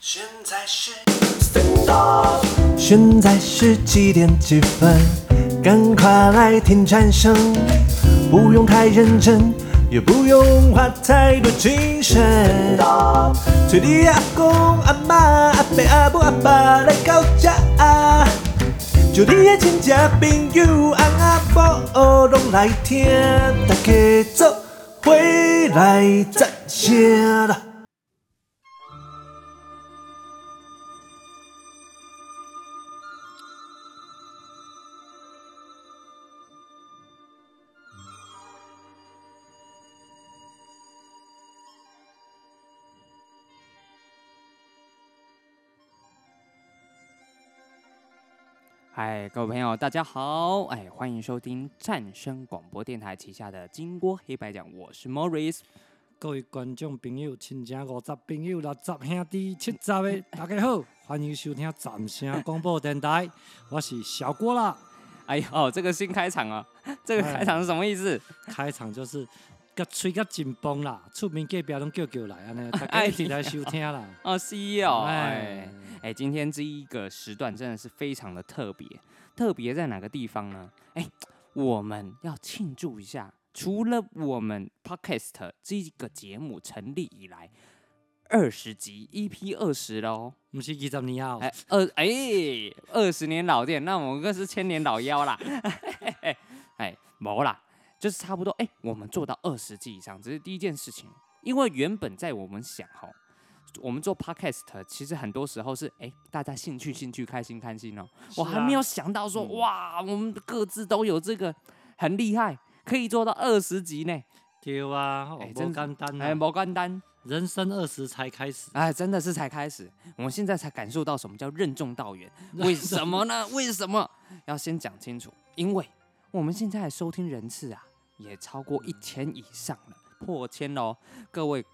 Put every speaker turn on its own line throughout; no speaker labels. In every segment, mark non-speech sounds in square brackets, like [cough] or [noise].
现在是，现在是几点几分？赶快来听蝉声，不用太认真，也不用花太多精神。催你阿公阿妈阿伯阿母阿爸来到家，就你的亲戚朋友翁阿婆拢来听，大家做伙来赞声啦！
嗨，各位朋友，大家好！哎，欢迎收听战声广播电台旗下的《金锅黑白讲》，我是 Morris。
各位观众朋友、亲戚、五十朋友、六十兄弟、七十
[laughs]
的，大家好，欢迎收听掌声广播电台，我是小郭啦。
哎呦，这个新开场啊，这个
哎
开场是什么意思？
开场就是甲吹甲真崩啦，厝边隔壁拢叫叫来
[laughs]
安尼，大
哎
家一起来收听啦。
哦，是哦，哎
哎，
哎，今天这一个时段真的是非常的特别，特别在哪个地方呢？哎，我们要庆祝一下，除了我们 Podcast 这个节目成立以来二十集 EP 二十喽。
毋是二十年后，
哎，二哎，二十年老店，那我们更是千年老妖啦。哎，没啦，就是差不多。哎，我们做到二十季以上，只是第一件事情，因为原本在我们想吼，我们做 podcast，其实很多时候是哎，大家兴趣兴趣，开心开心哦、我
是
还
啊
没有想到说，哇，我们各自都有这个很厉害，可以做到二十集呢，
对啊，哦
哎
无
真
简单
哎，
啦，
不简单。
人生二十才开始，
哎，真的是才开始，我们现在才感受到什么叫任重道 [laughs] 远。为什么呢？为什么要先讲清楚？因为我们现在的收听人次啊，也超过一千以上了，破千喽！各位，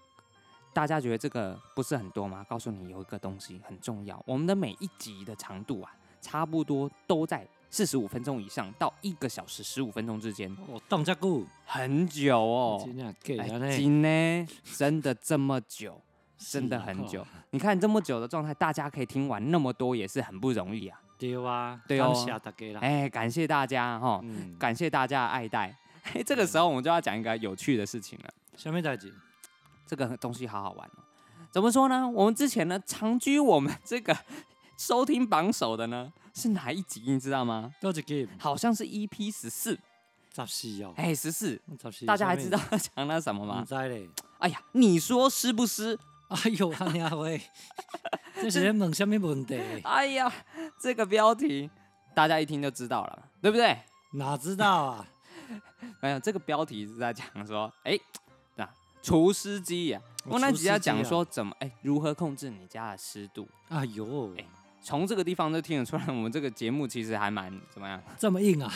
大家觉得这个不是很多吗？告诉你有一个东西很重要，我们的每一集的长度啊，差不多都在四十五分钟以上到一个小时十五分钟之间，
哦，冻遮久，
很久哦。
真正假安
哎，
尼，
今呢，真的这么久？真的
是啊
很久
哦。
你看这么久的状态，大家可以听完那么多，也是很不容易啊。
对啊，
对哦
感谢大家啦。
哎，感谢大家哈，[laughs]
嗯，
感谢大家的爱戴。嘿，这个时候我们就要讲一个有趣的事情了，
什么代志？
这个东西好好玩哦。怎么说呢？我们之前呢，长居我们这个 [laughs] 收听榜首的呢，是哪一集？你知道吗？
倒一集
好像是 EP 十四，
十四哦，
哎，十四。
十四。
大家还知道？要讲那什么
毋
吗？
知咧。
哎呀，你说湿不湿？
[laughs] 哎呦，阿娘
[laughs]
喂，这是咧问什么问题？
哎呀，这个标题大家一听就知道了，对不对？
哪知道啊？
没有，这个标题是在讲说，哎，那除湿机呀，我那集要讲说怎么，哎，如何控制你家的湿度。
[laughs] 哎呦，
哎从这个地方就听得出来，我们这个节目其实还蛮怎么样？
这么硬啊，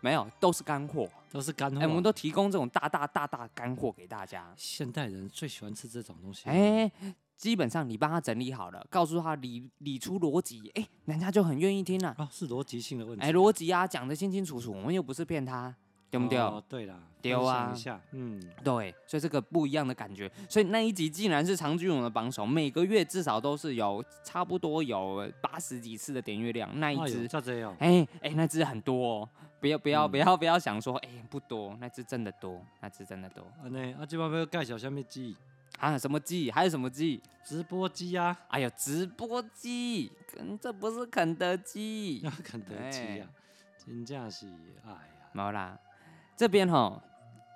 没有，都是干货。
都是干货。啊
哎，我们都提供这种大大大大干货给大家。
现代人最喜欢吃这种东西。
哎，基本上你帮他整理好了，告诉他理理出逻辑，哎，人家就很愿意听了。
啊，是逻辑性的问题。
哎，逻辑啊，讲的清清楚楚，我们又不是骗他，对不对？
哦？对啦，
对
分享
啊
一下，嗯，
对，所以这个不一样的感觉。所以那一集竟然是常居勇的榜首，每个月至少都是有差不多有八十几次的点阅量，那一
哎呦，
只，
叫这样。
哎、哎、那只很多、哦，不要不要
嗯
不要不要想说，哎、不多，那只真的多，那只真的多
安尼，啊，这边要介绍什么机？
啊！什么机？还有什么机？
直播机啊， [laughs]
哎呦，直播机，跟这不是肯德基
那，肯德基
哎
啊，真正是，哎呀，
没有啦，这边哈。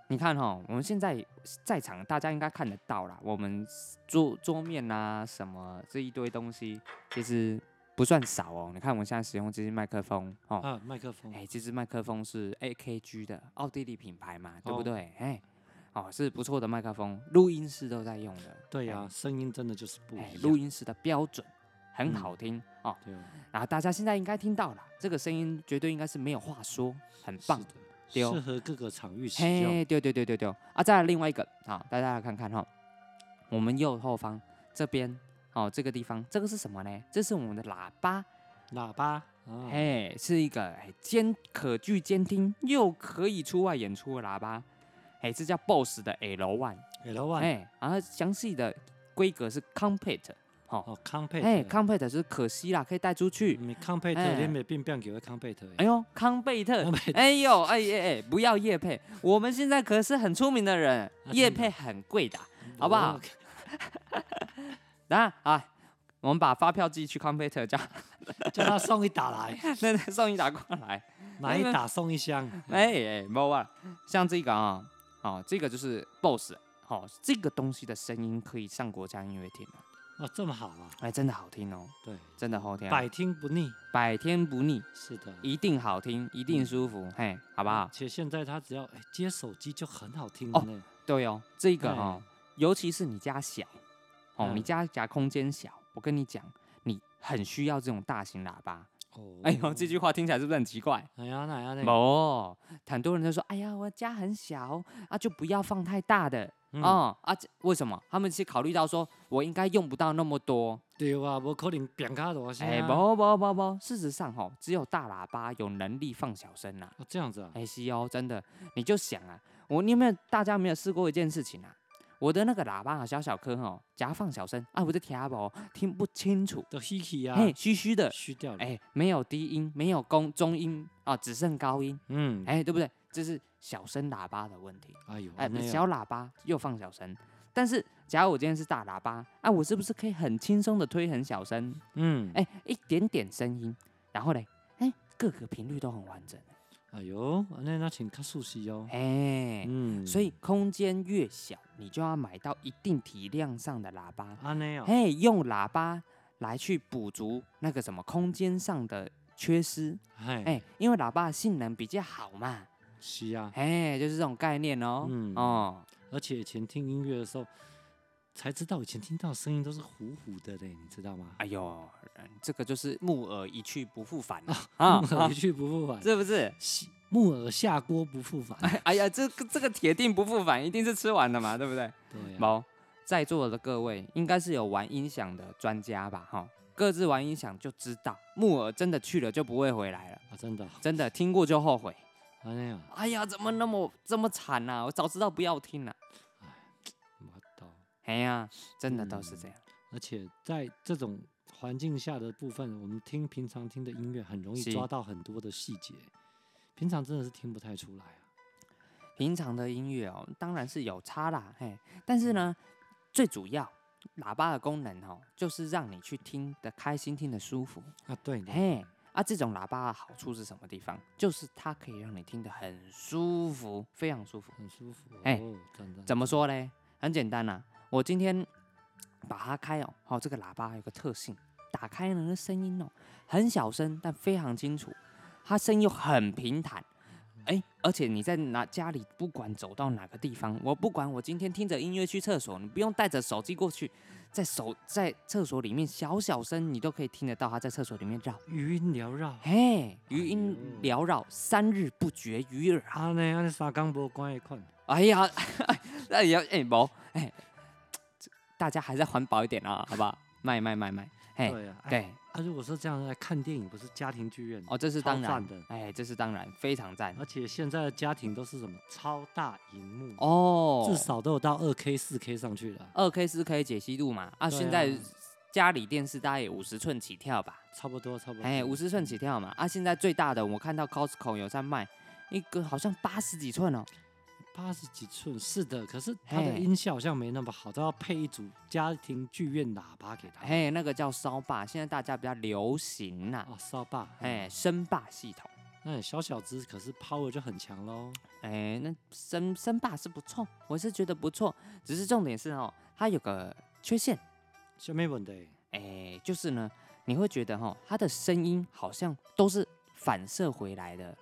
你看哈，我们现在在场，大家应该看得到啦。我们桌桌面啊，什么这一堆东西，其实不算少哦。你看我们现在使用这支麦克风哦，
啊，麦克风，
哎，这支麦克风是 AKG 的奥地利品牌嘛，对不
哦
对？哎，哦，是不错的麦克风，录音室都在用的。
对
哎
呀，声音真的就是不
哎
一，
录
样。
音室的标准很
嗯
好听哦。
对哦，
然后大家现在应该听到了，这个声音绝对应该是没有话说，很
是
棒
的。
对哦
适合各个场域使用。
嘿，对对对对对，啊，再来另外一个，好，大家来看看哈，我们右后方这边，哦，这个地方，这个是什么呢？这是我们的喇叭，
喇叭啊，
嘿，是一个哎监可具监听又可以出外演出的喇叭，哎，这叫 BOSS 的 L One，
，L One，
哎，然后详细的规格是 complete，好，
哦，compete，
哎，complete 就是可惜啦，可以带出去。
你 compete，
哎
你没变变球的 compete，
哎呦，康贝特
康贝，特
哎呦，哎哎哎，不要叶配，我们现在可是很出啊名的人，叶配很贵的。啊好不好
哦
那啊，我们把发票寄去康贝特家， [laughs]
叫他送一打来，
那那送一打过
[laughs]
来。
买一打送一箱。
哎哎，猫啊，像这个啊、哦，这个就是 BOSS，好、哦，这个东西的声音可以上国家音乐厅了，
哦，这么好啊！
哎，真的好听哦，
对，
真的好听、啊，
百听不腻。
百天不腻，
是的，
一定好听，一定舒
嗯
服，嘿，好不好
而？且现在他只要哎接手机就很好听
哦
呢。
对哦，这个哦，尤其是你家小，哦，
嗯
你家家空间小，我跟你讲，你很需要这种大型喇叭。
哦
哎呦，这句话听起来是不是很奇怪？
哎呀那呀那，
哦，很多人都说，哎呀，我家很小啊，就不要放太大的。
嗯
哦啊，这为什么？他们是考虑到说我应该用不到那么多。
对啊，无可能变卡多啊声。
哎，不不不不，事实上吼，只有大喇叭有能力放小声啦、
哦，这样子啊，
哎是哦，真的，你就想啊，我你有没有大家有没有试过一件事情啊？我的那个喇叭啊，小小颗哦，夹放小声啊，我就听不听不清楚，
都稀奇啊，
嘿，虚虚的，
虚掉了。
哎，没有低音，没有公中音啊，只剩高音，
嗯，
哎，对不对？这是小声喇叭的问题。
哎呦，
哎，
安内哦
小喇叭又放小声，但是假如我今天是大喇叭，啊，我是不是可以很轻松的推很小声？
嗯，
哎，一点点声音，然后嘞，哎，各个频率都很完整。
哎呦，安内那请看熟悉哦。
哎，
嗯，
所
以
以空间越小，你就要买到一定体量上的喇叭，
安内哦，
嘿，用喇叭来去补足那个什么空间上的缺失。
哎，
哎，因为喇叭的性能比较好嘛，
是啊，
哎，就是这种概念哦。
嗯
哦，
而且以前听音乐的时候。才知道以前听到的声音都是糊糊的嘞，你知道吗？
哎呦，嗯这个就是木耳一去不复返啊，啊
[laughs] 木耳一去不复返，
是不是？ [laughs]
西木耳下锅不复返。
哎呀，这个这个铁定不复返，一定是吃完的嘛，对不对？
对啊，
毛，在座的各位应该是有玩音响的专家吧？哈，各自玩音响就知道，木耳真的去了就不会回来了，
啊真的哦，
真的听过就后悔。
安内啊，
哎呀，怎么那么这么惨呐、我早知道不要听了、
我到。
哎呀，真的都是这样。
而且在这种环境下的部分，我们听平常听的音乐很容易
是
抓到很多的细节，平常真的是听不太出来啊。
平常的音乐哦，当然是有差啦，嘿，但是呢，最主要喇叭的功能哦，就是让你去听的开心，听的舒服，
啊，对的，
嘿。啊，这种喇叭的好处是什么地方？就是它可以让你听得很舒服，非常舒服。
很舒服哦，
哎
真的。
怎么说嘞？很简单呐、啊我今天把它开哦，好、这个喇叭有个特性，打开呢，那声音哦很小声，但非常清楚，它声音又很平坦。哎，而且你在哪家里，不管走到哪个地方，我不管我今天听着音乐去厕所，你不用带着手机过去，在手在厕所里面小小声，你都可以听得到它在厕所里面绕，
余音缭绕？
嘿，余
哎
音
呦
缭绕，三日不绝于耳
啊，那安尼三更无关的款，
哎呀， [laughs] 哎呀，哎毛，哎，大家还是环保一点啊，好不好？卖卖卖卖，哎，
对啊，哎
对，
啊，如果说这样来看电影，不是家庭剧院，
哦，这是
超
当然
赞的哎
哎，这是当然，非常赞
而且现在的家庭都是什么超大荧幕，
哦，
至少都有到二 K、四 K 上去了，
二 K 四 K 解析度嘛，啊，
对
现在
啊
家里电视大概五十寸起跳吧，
差不多，差不多。
哎，五十寸起跳嘛，啊，现在最大的我看到 Costco 有在卖一个好像八十几寸哦，
八十几寸，是的，可是它的
嘿
音效好像没那么好，都要配一组家庭剧院喇叭给它。
嘿，那个叫烧霸，现在大家比较流行呐、
哦，扫把，
哎，声霸系统，
那你小小只，可是 power 就很强喽。
哎，那声声霸是不错，我是觉得不错，只是重点是哦，它有个缺陷，
下面问题，
哎，就是呢，你会觉得哈、哦，它的声音好像都是反射回来的，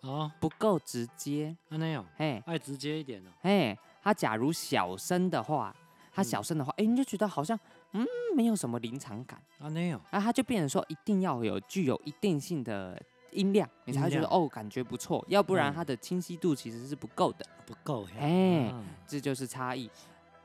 哦，
不够直接，
安内哦，
嘿，
爱直接一点哦。
嘿，它假如小声的话，它小
嗯
声的话，哎，你就觉得好像嗯没有什么临场感，
安内哦，
啊，它就变成说一定要有具有一定性的。音量，你才会觉得
音
哦，感觉不错，要不然
嗯
它的清晰度其实是不够的。
不够呀。
哎
啊，
这就是差异。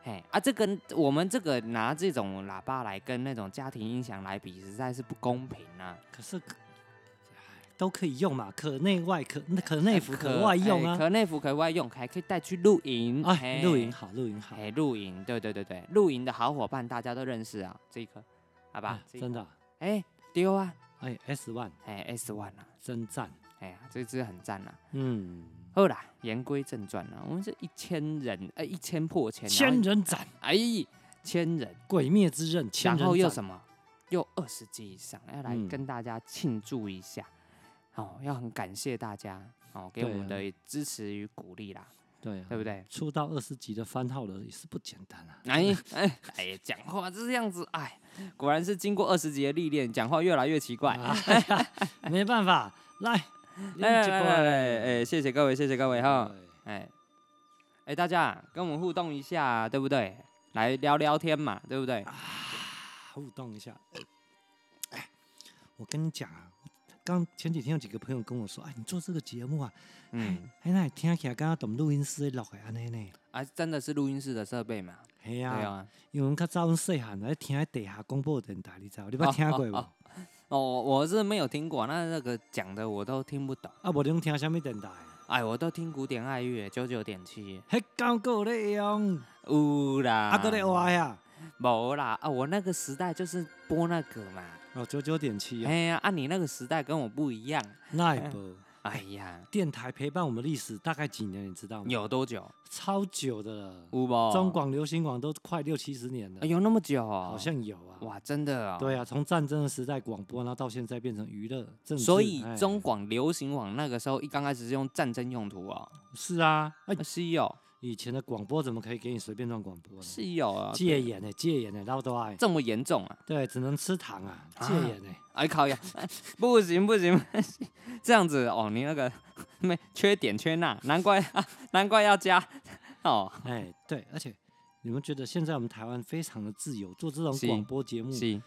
哎啊，这跟我们这个拿这种喇叭来跟那种家庭音响来比，实在是不公平啊！
可是，哎都可以用嘛，可内外可可内服可外用
哎
啊。
可内服可外用，还可以带去露营。
哎，
嘿
露营，好，露营好，
哎，露营，对对对对，露营的好伙伴大家都认识啊，这一颗，好吧
哎，
这一
真的啊，
哎丢啊，
哎，S One
哎 S one 啊，
真赞，
哎呀，这只很赞啊。
嗯，
好啦，言归正传啦，我们是一千人，呃，一千破千，然
千
后，
人斩，
哎，千人，
鬼灭之刃，千
然
人
后又
斩，
什么？又二十集以上，要来
嗯
跟大家庆祝一下、哦，要很感谢大家哦，给我
对
们
啊
的支持与鼓励啦，
对啊
对不对？
出到二十级的番号了也是不简单啊。
哎哎哎呀，讲话这样子，哎，果然是经过二十集的历练，讲话越来越奇怪。
哎呀没办法，来，
来来
这
来
个
来来，哎，谢谢各位，谢谢各位哈，
对
哎哎，大家跟我们互动一下，对不对？来聊聊天嘛，对不对？
啊互动一下。哎，我跟你讲啊，刚前几天有几个朋友跟我说，哎，你做这个节目啊，
嗯，
哎，那听起来刚刚懂录音师在录的安尼呢。
啊，真的是录音室的设备嘛？
系
对
啊，
啊，
因为阮较早阮细汉来听地下广播电台，你知道？你捌听过无？
哦哦哦哦，我是没有听过，那那个讲的我都听不懂。
啊，无拢听啥物电台？啊
哎，我都听古典爱乐九九点七，
迄广告咧用，
有啦，
啊，搁咧话呀，
无啦啊，我那个时代就是播那个嘛。
哦，九九点七啊，
哎呀，啊，你那个时代跟我不一样。
那也无。
哎呀，
电台陪伴我们历史大概几年，你知道吗？
有多久？
超久的了，
有不？
中广、流行网都快六七十年了
哎，有那么久、哦？
好像有啊。
哇，真的哦。
对啊，从战争的时代广播，然后到现在变成娱乐政治，
所以
哎
中广流行网那个时候一刚开始是用战争用途哦，
是啊，哎
啊，是有
以前的广播怎么可以给你随便乱广播呢？
是有啊，
戒严呢，戒严呢，老多爱，
这么严重啊！
对，只能吃糖啊，戒
啊
严呢，
哎靠呀，哎 [laughs] 不行不行， [laughs] 不行这样子哦，你那个 [laughs] 没缺点缺那，难怪、 [laughs] 难怪要加 [laughs] 哦，
哎，对，而且你们觉得现在我们台湾非常的自由，做这种
是
广播节目
是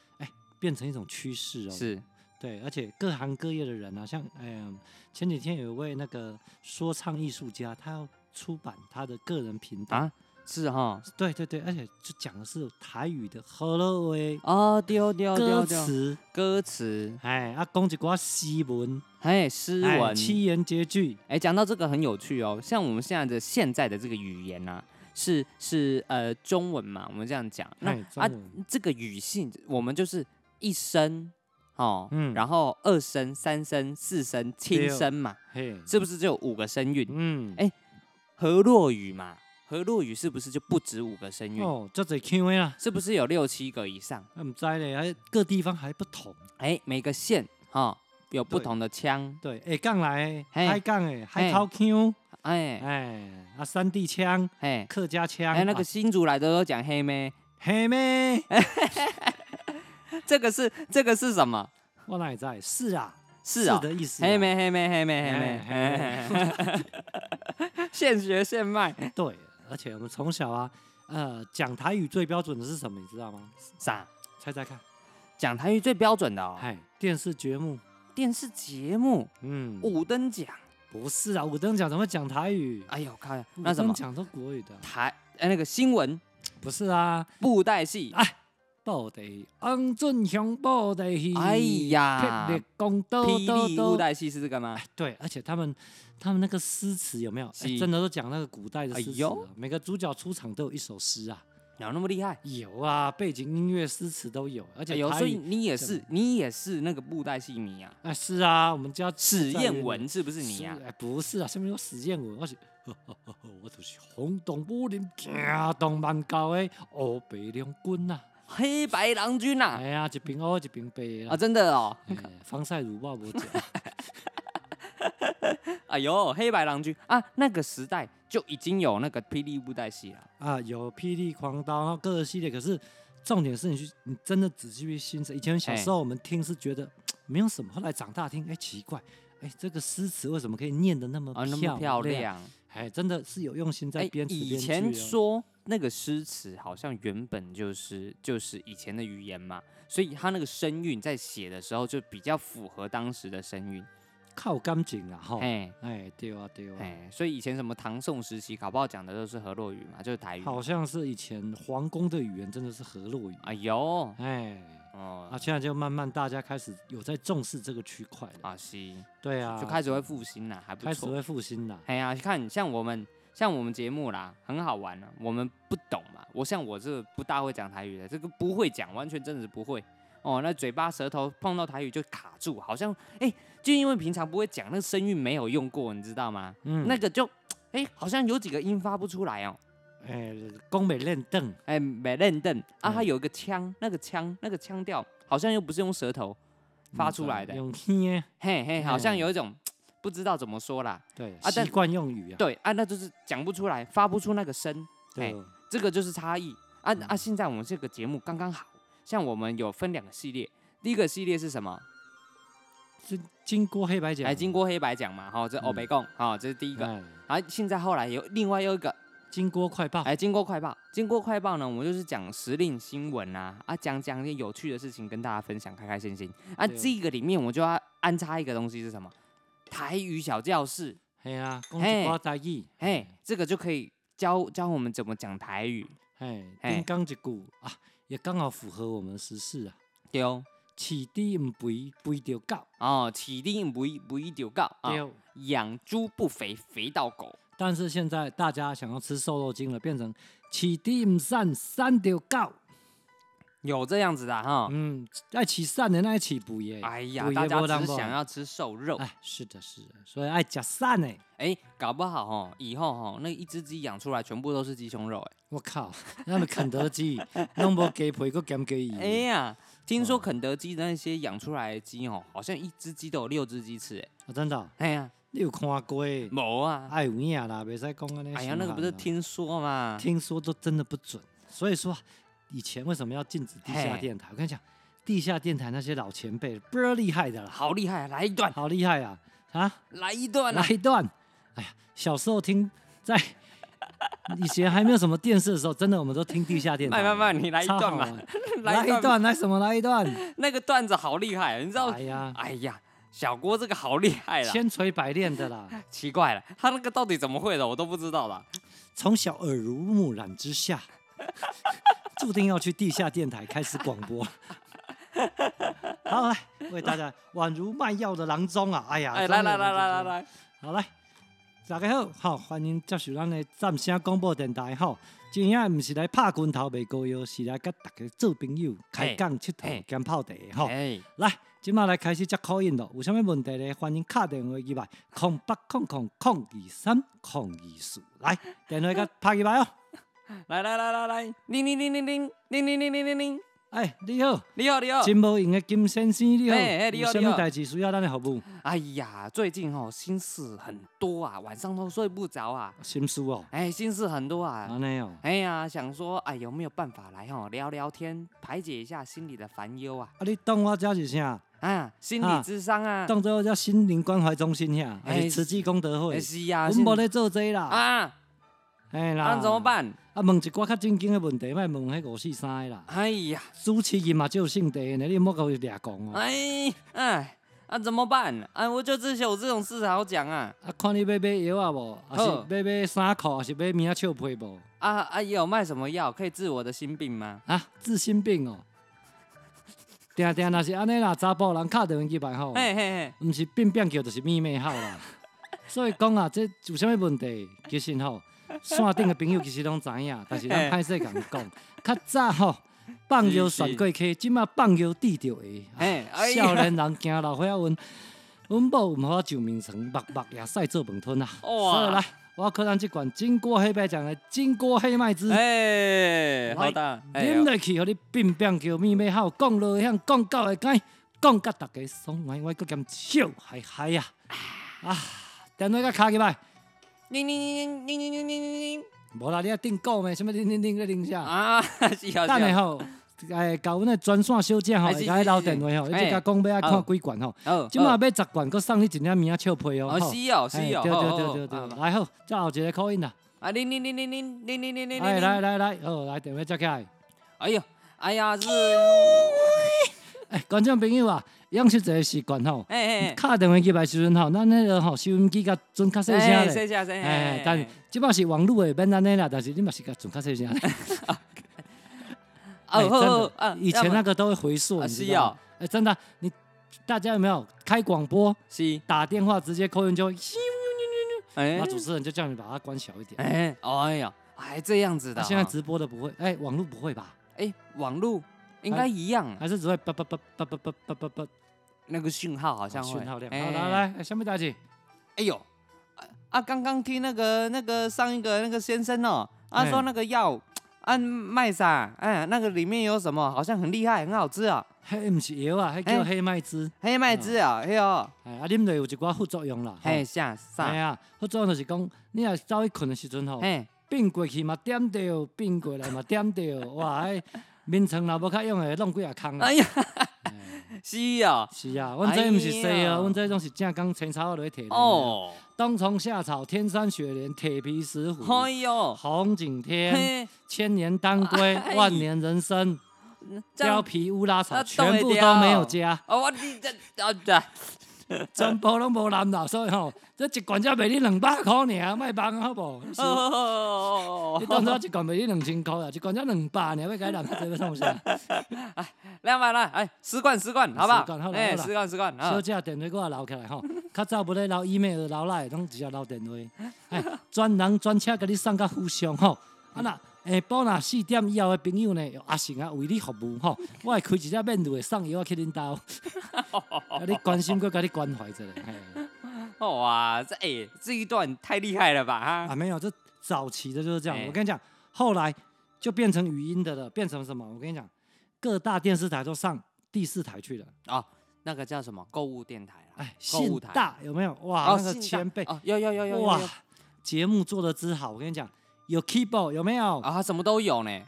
变成一种趋势哦，
是，
对，而且各行各业的人啊，像哎、前几天有一位那个说唱艺术家，他要出版他的个人频道，
啊是哈，
对对对，而且就讲的是台语的 “hello” 哎。
哦丢丢
歌
丢丢，
词，
歌词，
哎，啊，讲一寡诗文，
哎诗
哎
文，
七言绝句，
哎，讲到这个很有趣哦，像我们现在的现在的这个语言啊，是是呃中文嘛，我们这样讲，那
哎，中
啊
文，
这个语性，我们就是一声哦，
嗯
然后二声、三声、四声、轻
六
声嘛，
嘿，
是不是只有五个声韵？
嗯，
哎河洛语嘛，河洛语是不是就不止五个声韵？
哦，这侪 Q A 啦，
是不是有六七个以上？
啊，唔知咧，还各地方还不同，
哎，每个县哈、哦、有不
对
同的腔，
对，下港来的，
嘿
海港诶，海
嘿
口腔，
哎
哎，啊，山地腔，
哎
客家腔，
哎，那个哎
啊
新竹来的都讲黑咩？
嘿咩，
这个是这个是什么？
我哪会知？是啊，
是啊、
的意思啊，
黑妹黑妹黑妹黑妹，
哎
嘿现学现卖，
对，而且我们从小啊，呃，讲台语最标准的是什么，你知道吗？
啥？
猜猜看，
讲台语最标准的哦，
哎，电视节目，
电视节目
嗯，
五等奖，
不是啊，五等奖怎么讲台语？
哎呦靠呀，
五
那什
等
么
讲都国语的啊，
台哎那个新闻
不是啊，
布袋戏，
布袋翁俊雄布袋戏，
哎呀
霹雳公刀
霹雳布
刀刀，
袋戏是这个吗？
对，而且他们他们那个诗词有没有？哎
是
真的都讲那个古代的诗
哎
词啊、
呦
每个主角出场都有一首诗啊，
有那么厉害？
有啊，背景音乐诗词都有，而
哎
且
呦，
台
所以
语
你也
什
是你也是那个布袋戏迷啊，
哎是啊，我们家
史
在
艳
原
文是不
史
是你啊？
哎不是啊，下面有史艳文，我是。我就是红洞武林，惊动万教的黑白两军呐、
黑白郎君
啊！
呐
哎呀，一边黑一边白啦
啊，真的哦，
哎防晒乳我无食，
哎呦，黑白郎君啊，那个时代就已经有那个霹雳布袋戏了。
啊，有霹雳狂刀，然后各个系列。可是重点是你去，你真的仔细去欣赏。以前
哎
小时候我们听是觉得、没有什么，后来长大听，哎，奇怪，哎，这个诗词为什么可以念得那么
啊，
亮？
那么漂亮！
哎，真的是有用心在
哎，
编词
以
编句、哦
前说那个诗词好像原本就是就是以前的语言嘛，所以他那个声韵在写的时候就比较符合当时的声韵。
靠感情啊，哈，
哎
哎，对啊，对啊，
哎，所以以前什么唐宋时期，搞不好讲的都是河洛语嘛，就是台语嘛。
好像是以前皇宫的语言真的是河洛语，
哎哎呦，
哎，
哦
啊，现在就慢慢大家开始有在重视这个区块了。
啊西
对啊，
就开始会复兴啦，还不
开始
错。
会复兴啦。
哎呀，看像我们像我们节目啦，很好玩啊，我们不懂嘛，我像我这不大会讲台语的，这个不会讲，完全真的是不会。哦，那嘴巴舌头碰到台语就卡住，好像哎、就因为平常不会讲，那个声韵没有用过，你知道吗？
嗯，
那个就哎、好像有几个音发不出来哦。
哎，宫美练凳，
哎，没认凳啊，它
嗯
有一个腔，那个腔，那个腔调好像又不是用舌头发出来的，
用听的，
嘿嘿，好像
嗯
有一种不知道怎么说啦。
对，
啊但
习惯用语啊。
对啊，那就是讲不出来，发不出那个声，
对，
这个就是差异啊
嗯
啊！现在我们这个节目刚刚好，像我们有分两个系列，第一个系列是什么？
这经过黑白讲，
哎，经过黑白讲嘛，哈，这欧
嗯
北共，哈，这是第一
一
个。啊，现在后来有另外又一个，
经过快报，
哎，经过快报，经过快报呢，我们就是讲时令新闻啊，啊，讲讲一些有趣的事情跟大家分享，开开心心。啊，
对哦
这个里面我就要安插一个东西是什么？台语小教室，
嘿啊，讲
嘿
一挂台语，
哎嘿，这个就可以教教我们怎么讲台语，
嘿，
嘿
顶刚哎一句啊，也刚好符合我们时事啊。
对哦。
饲猪唔肥，肥到狗。
哦，起定不一不一丢告啊，
对，
养猪不肥，肥到狗。
但是现在大家想要吃瘦肉精了，变成饲猪唔散，散到狗。
啊有这样子的啊哈。
嗯，爱饲散的，那爱饲肥耶。
哎呀，
肥的
大家
没人
只
买
想要吃瘦肉，
哎，是的，是的，所以爱吃散的。
哎，搞不好哦，以后哦，那一只鸡养出来全部都是鸡胸肉，哎，
我靠，那么肯德基拢无鸡皮，搁减鸡
[laughs] 哎
翼，
呀，听说肯德基的那些养出来的鸡哦，好像一只鸡都有六只鸡翅，哎，
啊真的哦，
哎呀，
你有看过？
某啊，
爱有影啦，袂使讲安尼。
哎呀，那个不是听说嘛，
啊听说都真的不准，所以说以前为什么要禁止地下
嘿
电台？我跟你讲，地下电台那些老前辈倍儿厉害
[laughs]
的啦，
好厉害，来一段，
好厉害啊！啊，
来一段啊
来，一段。哎呀，小时候听在以前还没有什么电视的时候，真的我们都听地下电台。
慢慢慢，你来一
超
段
好
嘛
玩，
[laughs] 来
来
一
一
段
段，来什么？来一段。
[laughs] 那个段子好厉害，你知道
哎呀，
哎呀，小郭这个好厉害啦！
千锤百炼的啦，
奇怪了，他那个到底怎么会的，我都不知道啦。
从小耳濡目染之下， [laughs] 注定要去地下电台开始广播。 [laughs] 好，来为大家宛如卖药的郎中啊！哎呀，
哎，
终
来来
于
来
有郎
来来来，
中了，好来，大家好，好欢迎接受咱的啊湛声广播电台吼。真正毋是来拍拳头卖膏药，是来甲大家做朋友、开讲、佚
嘿
佗、兼泡茶吼。
哎，
来，即马来开始接口音咯。有啥物问题咧？欢迎敲电话入来，空八空空空二三空二四。来，电话甲拍入来哦。
来来来来来，铃铃铃铃铃铃铃铃铃铃铃，
哎，你好，
你好你好。
真无用的金先生，你好。
嘿嘿你好
有啥
你好
物代志需要咱的服务？
哎呀，最近哦心事很多啊，晚上都睡不着啊，
心事哦，
哎，心事很多啊。
安尼哦，
哎呀，想说哎有没有办法来哦聊聊天，排解一下心里的烦忧啊
啊，你当我遮是啥？
啊，心理
啊
智商啊，
当做叫心灵关怀中心遐，还
哎
是慈济功德
哎
会？
是呀，
阮
心
无咧做这啦，
啊，
哎啦。
那怎么？办？
啊，问一寡较正经的问题，莫问迄五四三的啦。
哎呀。
主持人嘛，只有姓地呢，你莫甲伊掠讲哦。
哎哎啊，怎么办？哎，我就只有这种事好讲啊
啊，看你要买药啊无，啊
好
是要买衫裤，啊是买棉仔笑被无？
啊啊！有卖什么药可以治我的心病吗？
啊，治心病哦。 [laughs] 定定若是安尼啦，查甫人敲电话去来吼，
嘿嘿
毋是变变叫，就是秘密号
[laughs]
啦。所以讲啊，这有啥物问题？其实吼，线顶的朋友其实拢知影，但是咱
嘿
歹势共讲，较早吼放药
是是
选过去，即马放药治着会。啊
嘿，嘿，哎
少
呀，
年人惊老岁仔阮阮某毋互我上眠床，目目也晒做饭吞啊。
哇
所以来，我可咱即款经过黑白讲的金锅黑麦汁，
哎，好
来
的，哎
啉落去，互你变变叫咪咪好，讲落向讲到会解，讲甲大家爽歪歪，搁兼笑嗨嗨啊！啊，电话甲敲起来，
铃铃铃铃铃铃铃铃铃
无啦，你啊订购咩？什物零零零个零下？
啊，是啊
等
是
下
啊，
吼，哎，甲阮的专线小姐吼，
哎
会
是
甲伊
是
留
是
电话吼，你
哎
即甲讲要爱
好
看几罐吼。
哦
即马
哦
要十罐，佫送你一领棉仔笑被哦。
哦
吼
是哦是
哎
哦，哦
对对
哦
对对
啊
对，来好，再后一个口音啦，
啊铃铃铃铃铃铃铃铃铃
哎
铃，
来，来来，好来电话接起来， [laughs]
哎呦，哎呀是，
哎观众朋友啊，养成一个习惯吼，
哎哎
敲电话入来时阵吼，咱迄个吼收音机甲准较细声
谢
咧，
谢谢，
哎，但是即摆是网络的免安尼啦，但是你嘛是甲准较细声咧，
[laughs]
哎，
哦
真
哦
的，
哦，
以前那
个
个都会回溯，
啊
你
是
知道吗？哎，真的啊，你大家有没有开广播、
是
打电话直接扣音就，
哎
那主持人就叫你把它关小一点。
哎哎呀，还这样子的
那
哈。
现在直播的不会，哎，网络不会吧？
哎网络应
哎
该一样啊，
还是只会叭叭叭叭叭叭叭叭叭啊
那个讯号好像会
哦讯号量。
哎
好，来来，哎下面大姐，
哎呦，啊啊，刚刚听那个那个上一个那个先生哦，啊
哎
说那个药，啊卖啥？哎，那个里面有什么？好像很厉害，很好吃啊，
嘿，不是药啊，还叫
哎
黑麦汁。
黑麦汁啊，嘿哦，
哎，啊，啉落有一寡副作用啦。吼
嘿下
哎
啥？
呀，副作用就是讲，你若走去困的时阵吼，
嘿，
变过去嘛点着，变过来嘛点着，
[laughs]
哇，迄眠床若无较用的，弄几啊空啊
哎。呀，
嗯
[laughs] 是哦，
是啊，阮这毋是西
哎呀
啊，阮这拢是正讲青草落去摕。哦，
哦，
冬虫夏草、天山雪莲、铁皮石斛、
哎呦，
红景天、
嘿，
千年当归、
哎
万年人参、
这样
貂皮乌拉
那
草，
冻会
全部
掉
都没有加，
哦，我你这啊对，
[laughs] 全部拢无蓝啦，所以吼，这一罐才卖你两百块尔，卖帮好无？是
哦
你，当初一罐卖你两千块啊，一罐才两百尔，要改人这要
[laughs]
创啥？
哦两百了，哎，十罐十罐，好不
十罐
好？
好啦
哎，
好啦
十罐十罐啊
小，姐电话给我留起来吼，较早无咧留 email 留来，拢直接留电话。 [laughs] 哎，专人专车给你送到互相吼。啊那下晡若四点以后的朋友呢，有阿成啊为你服务吼，我会开一只面对送药去
[laughs]
恁兜，啊你关心过，甲你关怀一下。嘿
哇，这哎这一段太厉害了吧哈
啊，。没有，这早期的就是这样。
哎
我跟你讲，后来就变成语音的了，变成什么？我跟你讲，各大电视台都上第四台去了。
哦，那个叫什么购物电台啊？
哎，
购
信
物台
大有没有？哇，
哦，
那个
信大
前辈。
哦，有有有有有
哇
有，
节目做的之好，我跟你讲，有 keyboard 有没有？
啊，什么都有呢。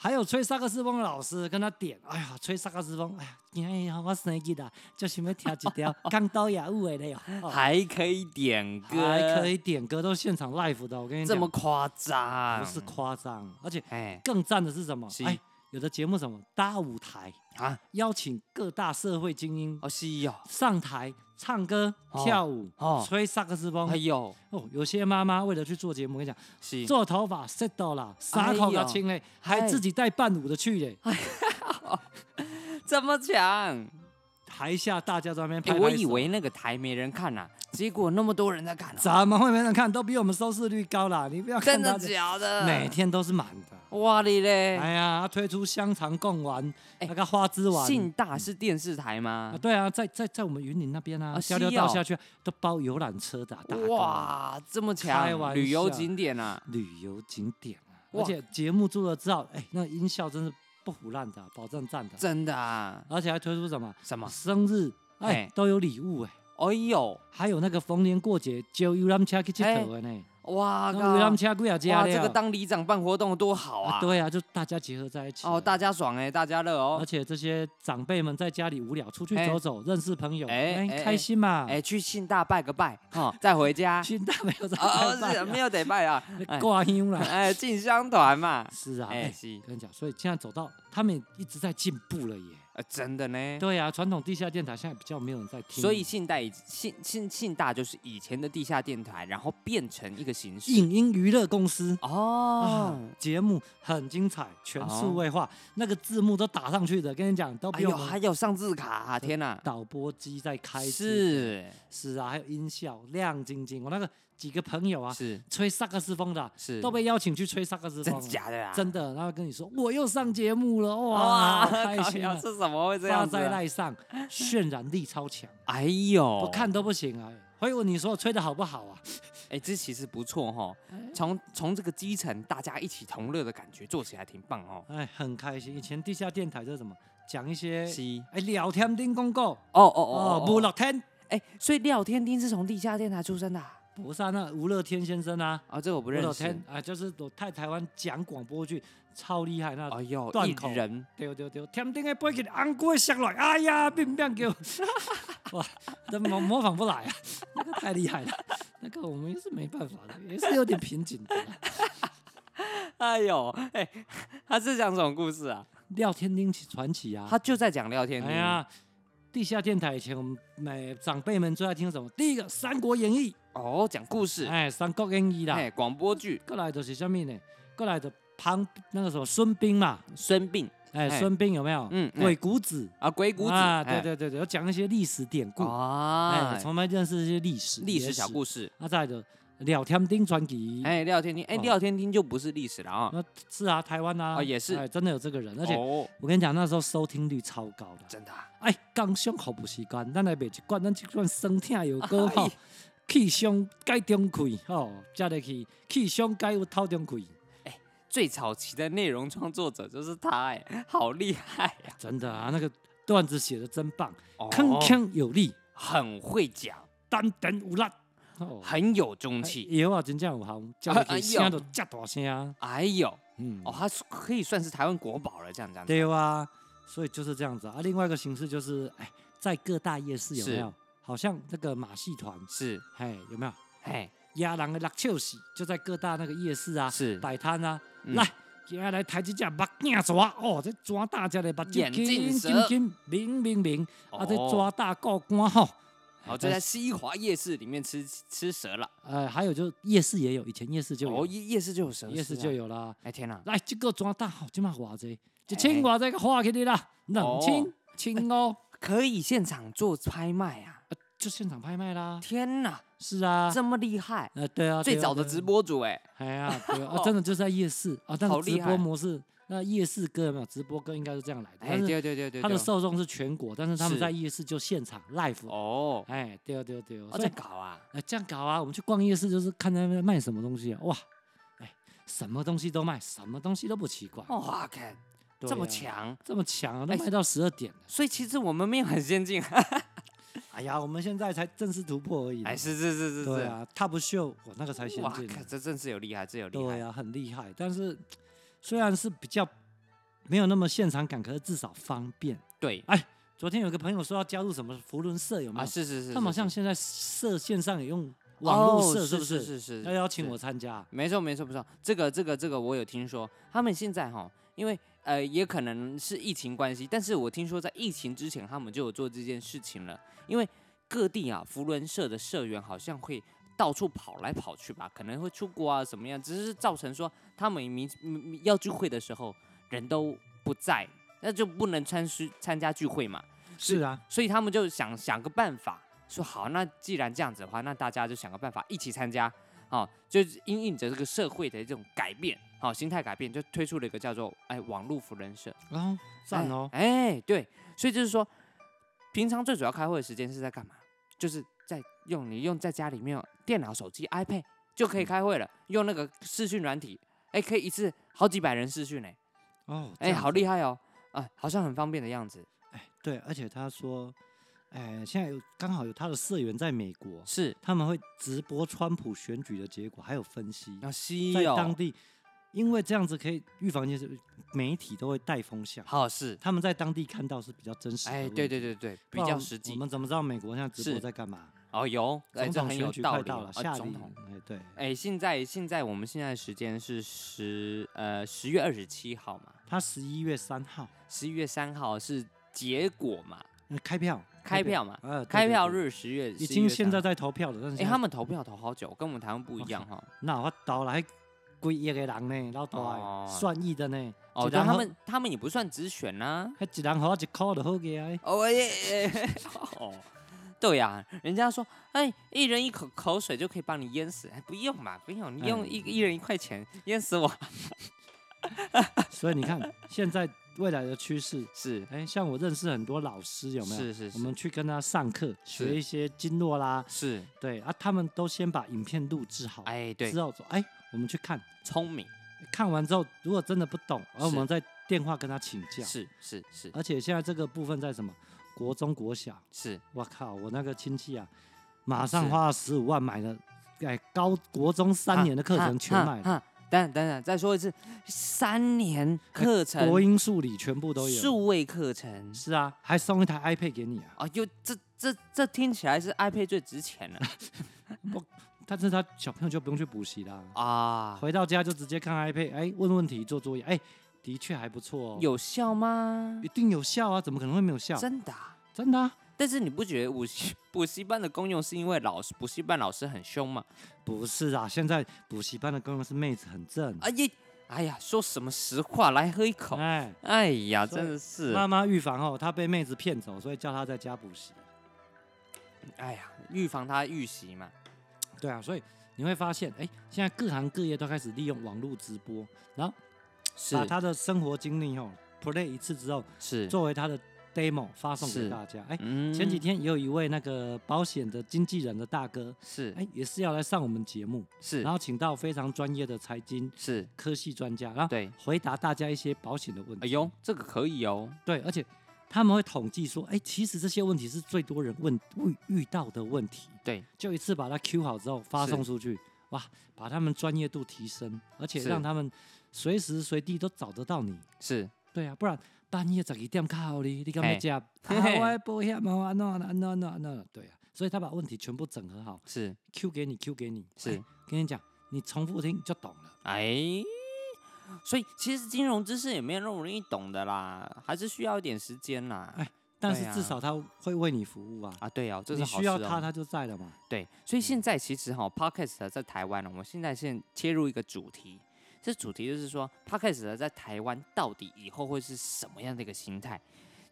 还有吹萨克斯风的老师跟他点，哎呀，吹萨克斯风，哎呀，今日我生日啦，就是要听一
[laughs]
条钢刀雅舞的嘞哦，哦
还可以点歌，
还可以点歌，都现场 live 的，我跟你
这
讲，
么夸张？
不是夸张，而且
哎
更赞的是什么
是？
哎，有的节目什么搭舞台，
啊，
邀请各大社会精英
哦是哟，
上台唱歌、
哦
跳舞、
哦
吹萨克斯风
哎。呦
哦，有些妈妈为了去做节目，我跟你讲。
是，
做头发 set 到啦，
哎
傻
呦
口要亲嘞，还
哎
自己带伴舞的去嘞，
这么强？
台下大家在那边
哎
拍，拍手。
我以为那个台没人看呐，结果那么多人在看啊，
咱们会没人看，都比我们收视率高啦。你不要看
真
他
的假的？
每天都是满的。
哇你嘞，
哎呀，他推出香肠贡丸，
哎
那个花枝丸，
信大是电视台
啊，
吗？
对啊，在在在我们云林那边啊
啊，
交流
是
道
哦
下去啊都包游览车的啊，打工啊，
哇，这么
开
强，
玩
旅游
笑
景点啊，
旅游景点啊，
哇
而且节目做的之好，哎，那音效真是不胡乱的啊，保证赞的啊，
真的啊？
而且还推出什么
什么？
生日，哎
哎，
都有礼物哎。
哎呦，
还有那个逢年过节招游览车去佚佗的呢，
哇
那
靠
游！览车几啊家
哇，
了，
这个当里长办活动多好啊！
啊对啊，就大家结合在一起
哦，大
家，
家爽哎、大家乐哦
而。且这些长辈们在家里无聊，出去
哎
走走，认识朋友，
哎
哎
哎，
开心嘛，
哎、去信大拜个拜 [laughs] 哈、再回家。
新大没有在
哦哦，是
拜
没
拜
有得拜 [laughs] 啊，
啊，
哎
[laughs] 挂香啦，
哎，进香团嘛。
是啊，
哎、
哎，
是，
跟你讲，所以现在走到他们一直在进步了耶，
呃，真的呢。
对啊，传统地下电台现在比较没有人在听，
所以信代已信信信大就是以前的地下电台，然后变成一个形式。
影音娱乐公司。啊
哦，，
节目很精彩，全数位化，那个字幕都打上去的，跟你讲，都
哎
比
呦，
我们
还有上字卡、啊，天哪、
导播机在开机
是
是啊，还有音效亮晶晶。我那个几个朋友啊，
是
吹萨克斯风的啊、
是，
都被邀请去吹萨克斯风
真
了，
的假的啊？
真的然后跟你说我又上节目了，哇，
哇，
[laughs] 好开
靠
心
腰
啊！
是什么会这
发
样子、
在
啊？
赖上，渲染力超强，
哎呦，
不看都不行啊！回我你说吹的好不好啊？
哎、这其实不错哈，从从这个基层大家一起同乐的感觉做起来挺棒哦。
哎，很开心。以前地下电台就是什么，讲一些
是，
哎聊天丁公告
哦哦
哦
哦，，
不乐天，
哎、所以廖天丁是从地下电台出生的啊，
不是啊，那吴乐天先生啊。
哦这个我不
吴
认
乐
识。
天啊，就是我太台湾讲广播剧超厉害，那
哎呦，
断
一
口
人
对对对，天顶的飞机红龟摔落，哎呀，变变叫， [laughs] 哇，这模模仿不来啊， [laughs] 那个太厉害了，那个我们也是没办法的，也是有点瓶颈的啦。
哎呦，哎、他是讲什么故事啊？
廖天丁传奇啊，
他就在讲廖天丁。
哎呀，地下电台以前我们每长辈们最爱听什么？第一个《三国演义
哦，讲故》，事，
哎，《三国演义》啦，
哎，广播剧
过来就是什么呢？过来的庞那个什么孙膑嘛，
孙膑，
哎，
哎
孙膑有没有？
嗯哎
鬼谷子
啊，鬼谷子
啊，对
哎
对对对，我讲一些历史典故，
啊
哎，，从来认识一些历史
历史小故
事。
事。
啊，再来的《聊天丁传奇》，
哎，廖天丁，哎，
哦
廖天丁就不是历史了啊，
那是啊，台湾啊，
哦也是
哎，真的有这个人，而且
哦，
我跟你讲，那时候收听率超高的。
真的啊
哎，刚胸口不习惯，咱来卖一罐，咱这罐酸痛药膏
[laughs]
吼
哎，
气胸解中开吼，食入去气胸解有透中开，
最早期的内容创作者就是他，哎，好厉害呀，
真的啊，那个段子写的真棒，
哦
铿锵有力，
很会讲，
丹田有力。哦
很有中
哎
气。
药啊，真正有
[laughs]
效，食
哎
入
哎
去
呦
声就遮大声。啊
哎呦，
嗯，
哦，他是可以算是台湾国宝了，这样这样子。
对啊，所以就是这样子啊。啊另外一个形式就是，哎，在各大夜市有
是
没有？好像那个马戏团，
是，
哎，有没有？
哎，
亚人的六笑死，就在各大那个夜市啊，
是
摆摊啊，
嗯
来。今仔来抬一只目镜蛇，哦，这抓大只的目
眼
镜，
镜
金
蛇
金金，明明明，啊，这
哦
抓大告官吼。
哦，就在西华夜市里面吃吃蛇了。
呃，还有就是夜市也有，以前夜市就
哦，
有，
夜夜市就有蛇，
夜市就。有啦。
哎天哪！
来，这个抓大吼，即嘛偌济，一
嘿
千偌济个花起你啦，
哦
两千、千五，
可以现场做拍卖啊！
就现场拍卖啦。
天哪，
是啊，
哎这么厉害！
呃，对啊，
最
对啊
早的
对啊
直播主哎，
哎
[laughs]
呀，对啊，啊真的就是在夜市啊，但
好
是
厉
直
害
播模式，那夜市歌有没有直播歌应该是这样来的，
哎
但是
对对对对，
它的
对
受众是全国，但是他们
是
在夜市就现场 live，
哦，
哎，对哦对哦对哦，
哦
所
在
以
搞啊，
哎这样搞啊，我们去逛夜市就是看他们卖什么东西啊，哇，哎，什么东西都卖，什么东西都不奇怪，
哇看
对
这么
啊，
强，
哦这么强啊，都
哎
卖到十二点了，
所以其实我们没有很先进，
哎呀，我们现在才正式突破而已啦，
哎是是是是
对
是，
啊，Top 秀，我那个才先
哇
进
看
啊，
这真是有厉害，这有厉
对
害，
啊，很厉害，但是虽然是比较没有那么现场感，可是至少方便。
对
昨天有个朋友说要加入什么福伦社，有没
啊
有？
是是是，
他们好
是
像现在社线上也用网络
哦
社，不
是
是？
是是，
要邀请
是
我参加。
啊没错，没错，没错，这个这个这个我有听说，他们现在哈，因为呃也可能是疫情关系，但是我听说在疫情之前他们就有做这件事情了，因为各地啊福伦社的社员好像会到处跑来跑去吧，可能会出国啊怎么样，只是造成说他们民民要聚会的时候人都不在，那就不能参是参加聚会嘛，
是啊，
所以他们就想想个办法，说好，那既然这样子的话，那大家就想个办法一起参加，哦，就是因应着这个社会的这种改变，好、心态改变，就推出了一个叫做哎网络福人社，
然后赞哦，
哎，哎对，所以就是说，平常最主要开会的时间是在干嘛？就是在用你用在家里面用电脑、手机、iPad 就
嗯
可以开会了，用那个视讯软体，哎，可以一次好几百人视讯呢，
哦，
哎，好厉
害。
害哦，啊，好像很方便的样子，
哎，对，而且他说，哎，现在有刚好有他的社员在美国，
是
他们会直播川普选举的结果，还有分析
要哦稀
在
有，
当地，因为这样子可以预防一些事媒体都会带风向，
好是。
他们在当地看到是比较真实的问
哎，
题。
对对对对，比
不然
较
我
实
我
际。
们怎么知道美国现在直
是
播在干嘛？
哦，有，哎，
总
这
统
很有
选举快
道理
到了，
哦
下
总
礼
统，
哎对，
哎，现在现在我们现在的时间是十呃十月二十七号嘛，
他十一月三号
十一月三号是结果嘛，
呃开票，
开票嘛，
呃，对
开
对
票
对
日十月。11
已经
月
现在
3号，
在投票了，但
哎，
是现在
他们投票投好久，跟我们台湾不一
哦
样哈。
那我倒了还几亿个人呢，老大
哦
的算亿的呢，
哦，
一
对，
人
他
好
们他们也不算直选呐。
还一人好一块就好
[laughs]
个啊，
哦
[laughs]
耶，哎哦。对呀、人家说，哎，一人一口口水就可以帮你淹死，哎，不用吧，不用，你
哎
用一、一人一块钱淹死我。 [laughs]
所以你看现在未来的趋势。
是，
哎，像我认识很多老师，有没有？
是是
我们去跟他上课，
是
学一些经络啦，
是，
对啊，他们都先把影片录制好，
哎，对
之，后说，哎，我们去看，
聪明，
看完之后如果真的不懂，而我
是
们再电话跟他请教。
是是是
而且现在这个部分在什么国中国小，
是，
我靠，我那个亲戚啊，马上
是啊
花了十五万买了，哎，高国中三年的课程全买了，
了。等等等等，再说一次，三年
哎
课程，
国英数理全部都有。
数位课程
是啊，还送一台 iPad 给你啊，
啊，哟，这这这听起来是 iPad 最值钱了
但是他小朋友就不用去补习啦， [laughs]
啊，
回到家就直接看 iPad，哎，问问题做作业，哎，的确还不错哦，
有效吗
一？定有效啊，怎么可能会没有效？
真的啊、
真的啊，
但是你不觉得补习补习班的功用是因为老师补习班老师很凶吗？
不是啊，现在补习班的功能是妹子很正，
啊也哎呀，说什么实话，来喝一口。
哎，
哎呀，
所以
真的是，
妈妈预防哦，她被妹子骗走，所以叫她在家补习。
哎呀，预防他预习嘛。
对啊，所以你会发现，哎、现在各行各业都开始利用网络直播，然后
是
把他的生活经历哦 play 一次之后，
是，
作为他的 demo 发送
是
给大家。哎、
嗯
前几天也有一位那个保险的经纪人的大哥，
是
哎、也是要来上我们节目，
是
然后请到非常专业的财经
是，
科系专家，然后
对，
回答大家一些保险的问题。
哎呦，这个可以哦，
对，而且他们会统计说，哎、其实这些问题是最多人问遇遇到的问题，
对，
就一次把它 Q 好之后发
是
送出去，哇，把他们专业度提升，而且
是
让他们随时随地都找得到你。
是
对啊，不然半夜十二点靠你，你敢
嘿
要接？啊，
[laughs] 嘿嘿
我的保险哦，安诺安诺安诺安诺，对啊，所以他把问题全部整合好
是
，Q 给你，Q 给你，
是
哎跟你讲，你重复听就懂了。
哎，所以其实金融知识也没有那么容易懂的啦，还是需要一点时间啦。
哎但
对
是
啊
至少他会为你服务啊，
啊，对哦，这是
你
好
需
事
要他，
哦。
他就在了嘛。
对，所以现在其实哈、p o d c a s t 在台湾呢，我们现在现切入一个主题，这主题就是说 p o d c a s t 在台湾到底以后会是什么样的一个心态？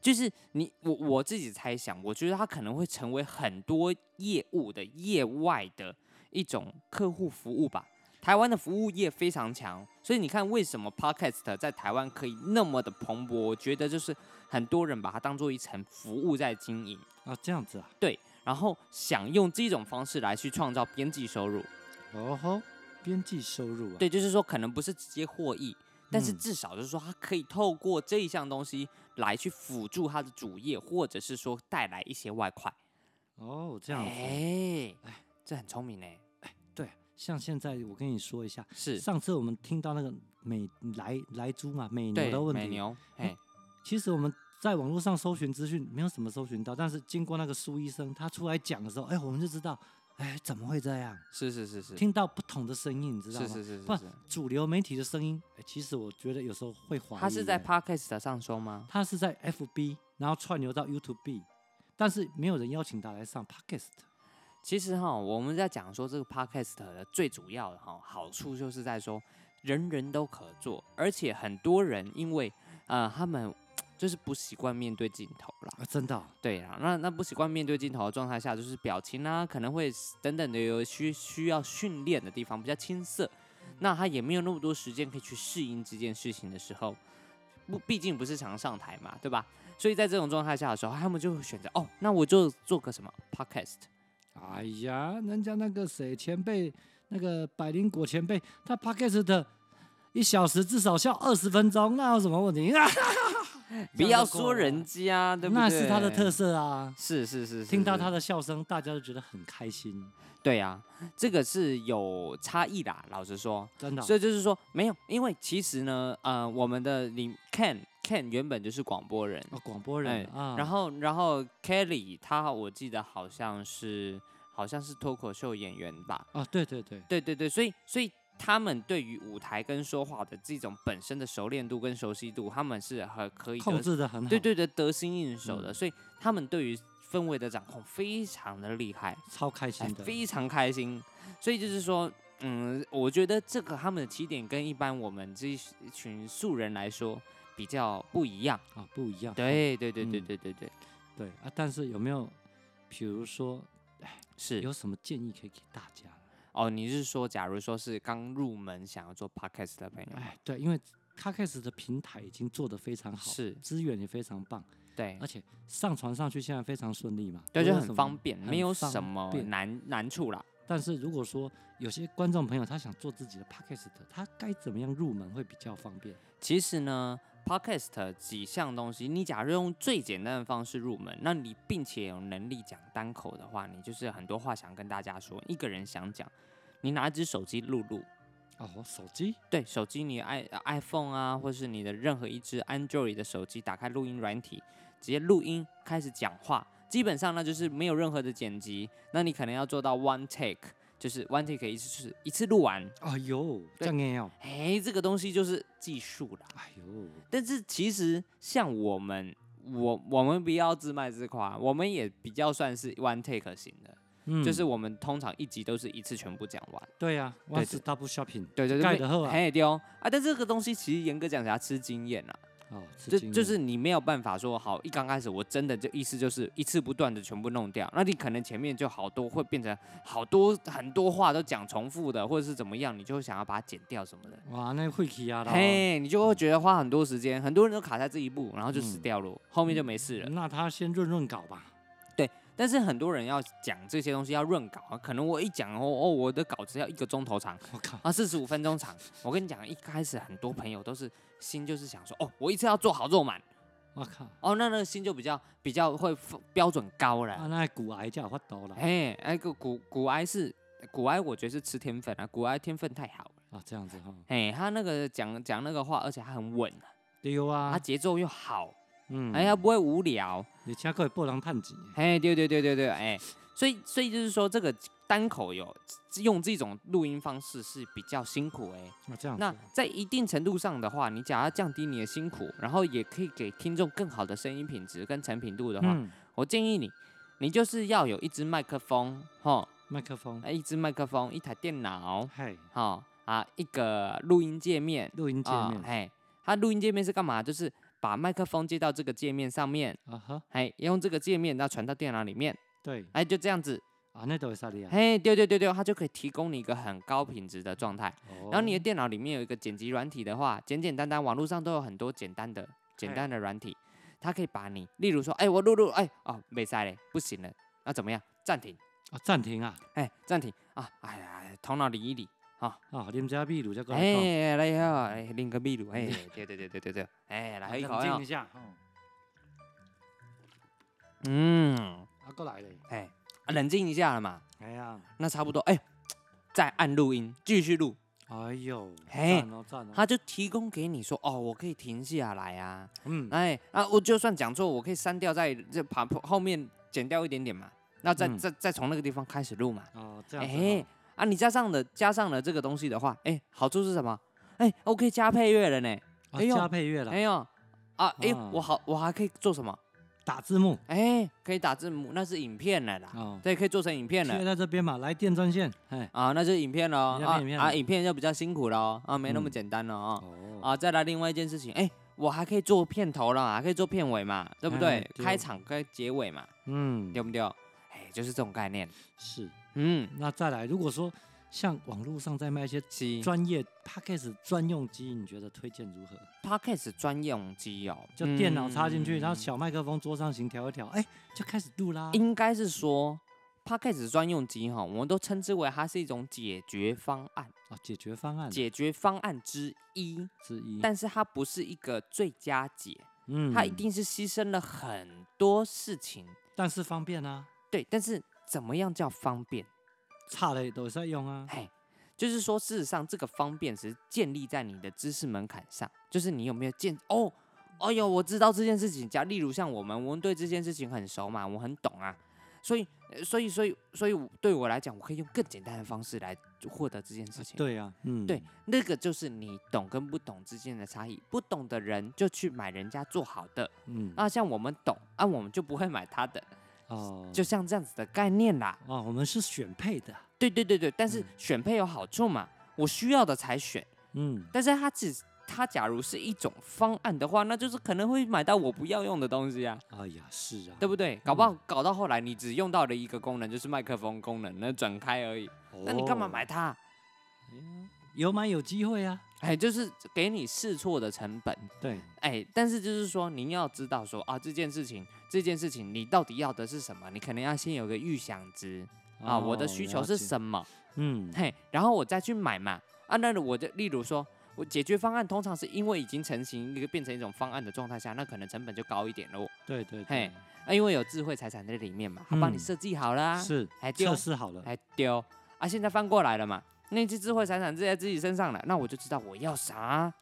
就是你我我自己猜想，我觉得它可能会成为很多业务的业外的一种客户服务吧。台湾的服务业非常强，所以你看为什么 Podcast 在台湾可以那么的蓬勃？我觉得就是很多人把它当做一层服务在经营。
啊，这样子啊，
然后想用这种方式来去创造边际收入。
哦吼，边际收入啊，
对，就是说可能不是直接获益，但是
嗯
至少就是说它可以透过这一项东西来去辅助它的主业，或者是说带来一些外快。
哦，这样子，
哎
哎，
这很聪明哎，
对，像现在我跟你说一下，
是
上次我们听到那个美莱莱猪嘛，美牛
对
的问
美
题，嗯
牛，哎，
其实我们在网络上搜寻资讯没有什么搜寻到，但是经过那个苏医生他出来讲的时候，哎，我们就知道，哎，怎么会这样？
是是是是，
听到不同的声音，你知道吗？
是是是
不
是
然
是，
主流媒体的声音，哎，其实我觉得有时候会怀疑耶。
它是在 Podcast 上收吗？
他是在 FB，然后串流到 YouTube，但是没有人邀请他来上 Podcast。
其实哈，我们在讲说这个 podcast 的最主要的哈好处，就是在说人人都可做，而且很多人因为呃他们就是不习惯面对镜头啦，
啊，真的哦、
对啦，那那不习惯面对镜头的状态下，就是表情啊，可能会等等的有需需要训练的地方，比较青涩。那他也没有那么多时间可以去适应这件事情的时候，不，毕竟不是常上台嘛，对吧？所以在这种状态下的时候，他们就会选择哦，那我就做个什么 podcast，
哎呀，人家那个谁前辈，那个百灵果前辈，他 podcast 的一小时至少笑二十分钟，那有什么问题 [laughs] 啊？
不要说人家，对不对？
那是他的特，色啊！
是是是是，
听到
是
他的笑声，大家都觉得很开心，
对啊，这个是有差异啦。老实说，
真的哦、
所以就是说没有，因为其实呢，呃，我们的林 Ken Ken 原本就是广播人，
哦，广播人、啊，
哎然后然后 Kelly 他我记得好像是好像是脱口秀演员吧，
啊，对对对，
对对对，所以所以他们对于舞台跟说话的这种本身的熟练度跟熟悉度，他们是很可以
控
得
制的很好，
对，对对得心应手的，
嗯
所以他们对于氛围的掌控非常的厉害。
超开
哎
心的，
非常开心。所以就是说，嗯，我觉得这个他们的起点跟一般我们这一群素人来说比较不一样。
啊，不一样，
对对对对
嗯
对对对，
对啊，但是有没有，比如说
是
有什么建议可以给大家？
哦，你是说，假如说是刚入门想要做 podcast 的朋友吗，
哎，对，因为 podcast 的平台已经做得非常好，
是
资源也非常棒。
对
而。且上传上去现在非常顺利嘛，
对，
不
就
会有
很
什么
方便，没
很
有
方
什么
便
难难处啦。
但是如果说有些观众朋友他想做自己的 podcast，他该怎么样入门会比较方便？
其实呢，podcast 几项东西，你假如用最简单的方式入门，那你并且有能力讲单口的话，你就是很多话想跟大家说，一个人想讲，你拿一只手机录录，
哦，手机
对，手机你的 i iPhone 啊，或是你的任何一只 Android 的手机，打开录音软体，直接录音开始讲话，基本上呢就是没有任何的剪辑，那你可能要做到 one take，就是 one take 一次就是一次录完，
哎呦，
对
这样也有，
哎，这个东西就是技术啦。
哎呦，
但是其实像我们，我我们不要自卖自夸，我们也比较算是 one take 型的。
嗯
就是我们通常一集都是一次全部讲完。
对呀、啊、
对
，One Stop Shopping，
对对对，
盖得厚啊
嘿对哦啊！但这个东西其实严格讲起来吃经验啊，
哦，吃
就
惊
就
了
是你没有办法说好一刚开始我真的就意思就是一次不断的全部弄掉，那你可能前面就好多会变成好多很多话都讲重复的，或者是怎么样，你就会想要把它剪掉什么的。
哇，那会气啊啦，
嘿，你就会觉得花很多时间，很多人都卡在这一步，然后就
嗯
死掉了，后面就没事了。
那他先润润稿吧。
但是很多人要讲这些东西要润稿啊，可能我一讲哦哦，我的稿子要一个钟头长
我靠，
啊，四十五分钟长。我跟你讲，一开始很多朋友都是心就是想说，哦，我一次要做好做满，
我靠，啊
哦，那那个心就比较比较会标准高了。
啊那骨癌才有法度啦。
哎 [laughs] 嘿，哎，个骨骨癌是骨癌，我觉得是吃天分啊，骨癌天分太好了。
啊，这样子哈，
嘿，他那个讲讲那个话，而且他很稳啊，
对啊
他，节奏又好，
嗯，
哎，他不会无聊。
而且可以报人探钱的，
嘿，对对对对对，哎，所以所以就是说，这个单口有用这种录音方式是比较辛苦哎、
啊这样子
那
啊，
在一定程度上的话，你假如要降低你的辛苦，然后也可以给听众更好的声音品质跟成品度的话，
嗯，
我建议你，你就是要有一支麦克风，哈，
麦克风，
一支麦克风，一台电脑，
嗨，
哈啊，一个录音界面
录音界
啊
面，
嘿，它录音界面是干嘛？就是把麦克风接到这个界面上面，
啊哈，
嘿，用这个界面，然后传到电脑里面，
对，
哎，就这样子，
啊那都会啥的啊，
嘿，对对对对，它就可以提供你一个很高品质的状态。
然
然后你的电脑里面有一个剪辑软体的话，简简单单，网络上都有很多简单的、简
嘿
单的软体，它可以把你，例如说，哎、我录录，哎、哦，没塞嘞，不行了，那怎么样？暂停，
啊暂停啊，
哎、暂停啊，哎呀，头脑理一理，
啊啉只秘鲁再过来讲，
哎，来呀，哎，拎个秘鲁，哎，对对对对对对，哎，来喝一口
啊冷静
呀
一，下，哦
嗯，
啊过来嘞，
哎、啊冷静一下了嘛，
哎呀，
那差不多，哎、再按录音，继续录，
哎呦，
嘿
赞哦赞哦，
它就提供给你说，哦，我可以停下来啊，
嗯，
哎啊，我就算讲错，我可以删掉，在这旁后面剪掉一点点嘛，那再、
嗯
再再从那个地方开始录嘛。
哦这样子
哎
哦，
啊，你加上了加上了这个东西的话，哎，好处是什么？哎，我可以加配乐了呢。
啊
哎呦
加配乐了
哎，呦，啊，哎
啊，
我好，我还可以做什么？
打字幕，
哎，可以打字幕，那是影片了啦。
哦，
对，可以做成影片
贴
了。
在这边嘛，来电专线，哎，
啊，那就是影片喽。
你那
啊
边影片
啊，
了
影片就比较辛苦喽。啊，没那么
嗯
简单了啊。
哦
啊，再来另外一件事情，哎，我还可以做片头了，还可以做片尾嘛，对不对
哎？对
开场跟结尾嘛。
嗯
对，不对？哎，就是这种概念。
是。
嗯，
那再来，如果说像网络上在卖一些
是
专业 p a c k a g e 专用机，你觉得推荐如何？
podcast 专用机哦，
就电脑插进去，
嗯
然后小麦克风桌上型调一调，哎，就开始录啦。
应该是说 podcast 专用机哈、我们都称之为它是一种解决方案，
啊，解决方案
解决方案之一，
之一，
但是它不是一个最佳解，
嗯
它一，定是牺牲了很多事情。
但是方便啊，
对，但是怎么样叫方便？
差了也都在用啊。
哎，就是说，事实上这个方便只是建立在你的知识门槛上，就是你有没有见哦。哎呦，我知道这件事情。假例如像我们，我们对这件事情很熟嘛，我很懂啊，所以，呃所以，所以，所以我对我来讲，我可以用更简单的方式来获得这件事情。，
对啊，嗯，
对，那个就是你懂跟不懂之间的差异。不懂的人就去买人家做好的，
嗯，
那像我们懂，啊，我们就不会买他的，
哦，
就像这样子的概念啦。
哦，我们是选配的，
对对对对，但是
嗯
选配有好处嘛，我需要的才选。
嗯，
但是它只它假如是一种方案的话，那就是可能会买到我不要用的东西啊，
哎呀，是啊，
对不对？搞不好搞到后来你只用到了一个功能，就是麦克风功能，那转开而已。那你干嘛
哦
买？它？
有买有机会啊，
哎，就是给你试错的成本。
对，
哎，但是就是说，您要知道说啊，这件事情，这件事情你到底要的是什么？你可能要先有个预想值啊，我的
哦
需
了
求是
解
什么？
嗯，
嘿，然后我再去买嘛。啊，那我就例如说，我解决方案通常是因为已经成型，一个变成一种方案的状态下，那可能成本就高一点喽。
对对，
嘿
对，
啊，因为有智慧财产在里面嘛，它帮你
嗯
设计好啦、
是
还啊丢哎
测试好了，
还丢啊，现在翻过来了嘛。那些智慧财产是在自己身上了，那我就知道我要啥，
啊，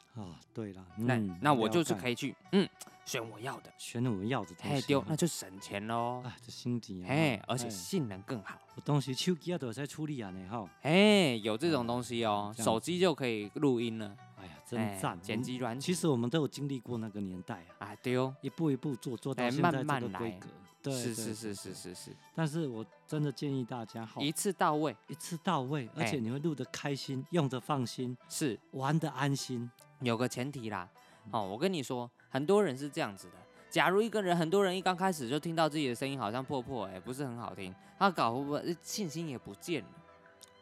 对了，
那、
嗯，
那我就是
以
可以去嗯选我要的，
选我们要的东
嘿
西。
丢，
哈
那就省钱喽，
啊，这心机啊，
嘿，而且
哦哎
性能更好，
有当时手机啊都有在处理啊呢吼，
嘿，有这种东西哦，
这样
手机就可以录音了，
哎呀，
哎
真赞！
剪辑软
其实我们都有经历过那个年代啊，
啊丢。
一步一步做做到
哎
现
慢
在这
慢
个
来
规格，对，
是
对
是是。
对
是是是，
但是我真的建议大家，好
一次到位
一次到位，而
哎
且你会录的开心，用的放心，
是
玩的安心。
有个前提啦。
嗯
哦，我跟你说，很多人是这样子的。假如一个人，很多人一刚开始就听到自己的声音好像破破、哎，不是很好听，他搞不不信心也不见了。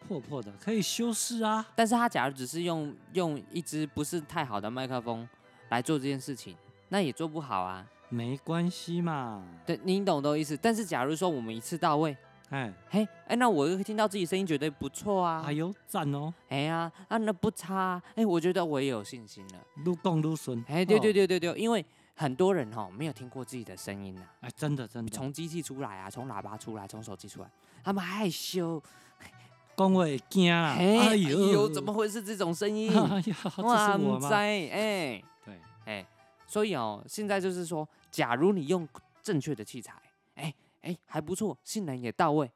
破破的可以修饰啊，
但是他假如只是用用一支不是太好的麦克风来做这件事情，那也做不好啊。
没关系嘛。
对，你懂我的意思。但是假如说我们一次到位，
哎，
嘿，哎，那我又听到自己声音觉得不错啊
哎，呦，赞哦，
哎呀，啊，那不差、啊，哎，我觉得我也有信心了。
撸共撸顺。
哎，对对
对，
对对对，因为很多人哈、没有听过自己的声音呐、啊
哎，真的真的，
从机器出来啊，从喇叭出来，从手机出来，他们害羞，
讲话会惊啦。
哎哎呦，
啊呦，
怎么？会是这种声音？
[laughs] 哎呀，这是我
在
吗？
哎。
对，
哎，所以哦，现在就是说，假如你用正确的器材，哎哎还不错，性能也到位，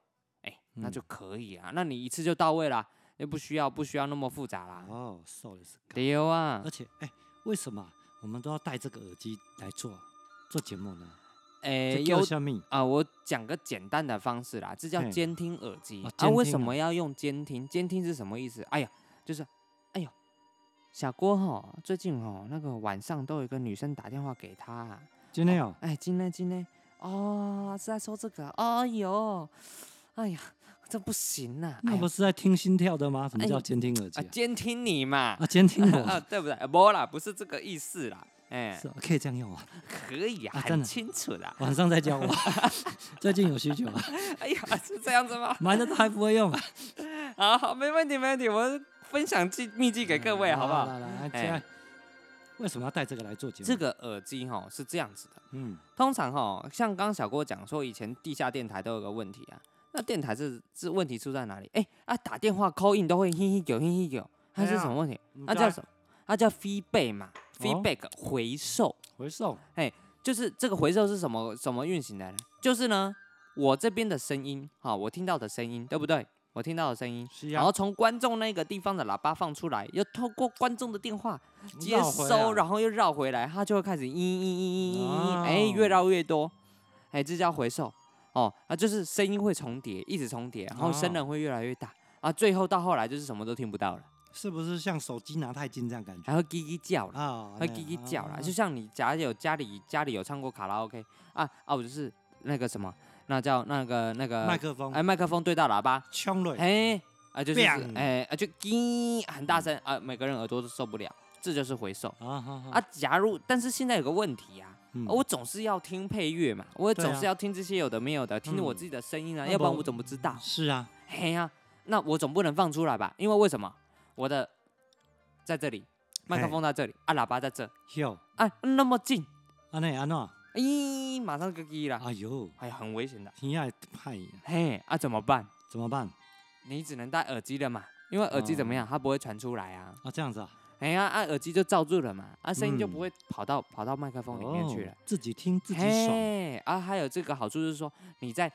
哎那
嗯
就可以啊。那你一次就到位啦，也不需要不需要那么复杂啦。
哦，瘦的是高。
对啊
而，且，哎，为什么我们都要戴这个耳机来做做节目呢？
哎
呃这
有
叫什么？
啊，我讲个简单的方式啦，这叫
嘿
监听耳机
哦
啊。
监
为
听
什
啊
么要用监听？监听是什么意思？哎呀，就是，哎呦，小郭吼，最近吼那个晚上都有一个女生打电话给他、啊。
今天哦，
哎，今天今天哦，是在说这个啊，哎呦，哎呀，这不行呐、哎
那
呀
不是在听心跳的吗？什么
哎
叫
呦
监听耳机
啊，
啊？
监听你 [laughs] 嘛，
啊，监听
啊，
我。
对不对？啊不啦，不是这个意思啦，哎
是，哦可以这样用啊，
可以啊，
啊真
很
的
清楚的。
晚上再
[laughs]
教我。最近有需求啊，
哎呀，是这样子吗？
买了都还不会
[laughs]
用啊。
好好，没问题，没问题，我分享记秘籍给哎各位，好不
嗯来
好？
来来，
哎
现在为什么要带这个来做节目？
这，个啊耳机哈是这样子的，
嗯，
通常哈，像刚小郭讲说，以前地下电台都有个问题啊，那电台是是问题出在哪里？哎、啊，打电话 call in 都会嘿嘿有嘿嘿有，它是
哎呀
什么问题？
你
那
再
叫什么？那叫 feedback 嘛，feedback、回收，
回送
就是这个回收是什么怎么运行的呢？就是呢，我这边的声音，哈、我听到的声音，对不对？我听到的声音，
是
然后从观众那个地方的喇叭放出来，又透过观众的电话接
啊
收，然
后
后又绕回来，它就会开始嘤嘤嘤嘤嘤，哎、
哦
越绕越多，哎、这叫回收哦，啊，就是声音会重叠，一直重叠，然后声
哦
浪会越来越大，啊，最后到后来就是什么都听不到了，
是不是像手机拿太近这样感觉
还会叽叽叫了。
啊？
会
那
叽叽
样
哎叫啦，
啊
就像你假如有家里家里有唱过卡拉 OK 啊啊，我就是那个什么，那叫那个那个
麦克风
哎麦克风对到喇叭，
冲了，
哎啊就是
砰
哎啊就叽很大声啊，每个人耳朵都受不了，这就是回收
啊好好
啊。假如但是现在有个问题啊，
嗯
我总是要听配乐嘛，我
对
总
啊
是要听这些有的没有的，听着我
嗯
自己的声音啊，
那
要不然
不
我怎么知道？
是啊，
嘿呀、那我总不能放出来吧？因为为什么我的在这里，麦克
嘿
风在这里啊，喇叭在这。
哟，啊
啊，那么近，
安内安诺，
咦，马上就叽啦，
哎呦，
哎呀，很危险的。
天啊，派呀
嘿，啊怎么办？
怎么办
你只能戴耳机了嘛，因为耳机怎么样，它不会传出来啊。
啊？这样子啊，
哎呀，啊耳机就罩住了嘛，啊声音就
嗯
不会跑到跑到麦克风里面去了
哦。自己听自己爽
嘿，啊还有这个好处就是说你在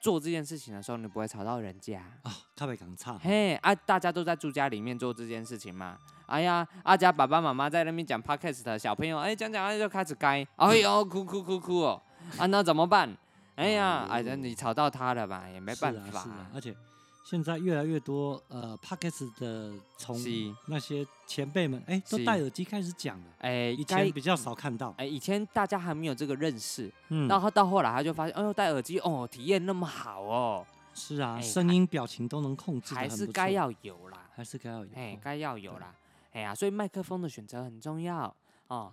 做这件事情的时候，你不会吵到人家。
啊，咖啡港差，
嘿啊，大家都在住家里面做这件事情嘛。哎呀，阿家爸爸妈妈在那边讲 podcast，小朋友哎讲讲哎就开始该，哎呦哭哭哭哭哦，啊那怎么办？哎呀，哎
哎呦
那你吵到他了吧，也没
是
办
啊
法
是。啊，而且现在越来越多呃 p o c k e t 的从
是
那些前辈们哎都
是
戴耳机开始讲了，
哎，
以
该
前比较少看到，
哎以前大家还没有这个认识，
嗯
然后到后来他就发现，哎呦戴耳机哦体验那么好哦，
是啊，
哎
声音、表情都能控制，
还是该，要有啦，
还是该要有。
哎
哦
该要有啦，哎呀，所以麦克风的选择很重要哦。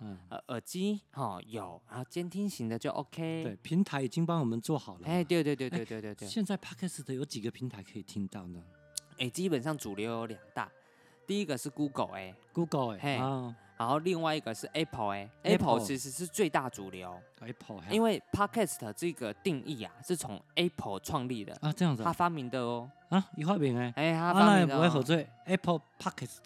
嗯，
呃，耳机哦有，然后监听型的就 OK。
对，平台已经帮我们做好了。
哎，对对对
哎
对对对对，
现在 Podcast 有几个平台可以听到呢
哎，基本上主流有两大，第一个是 Google 哎，
？Google
嘿
哎，啊
然后另外一个是 Apple 哎
Apple
，Apple 其实是最大主流，
，Apple，还有哎
因为 Podcast 这个定义啊是从 Apple 创立的，
啊这样子
他
啊，
发明的哦，
啊一画饼哎，
哎，他
啊
发
那也
明的
不会
哦
喝。醉。Apple Podcast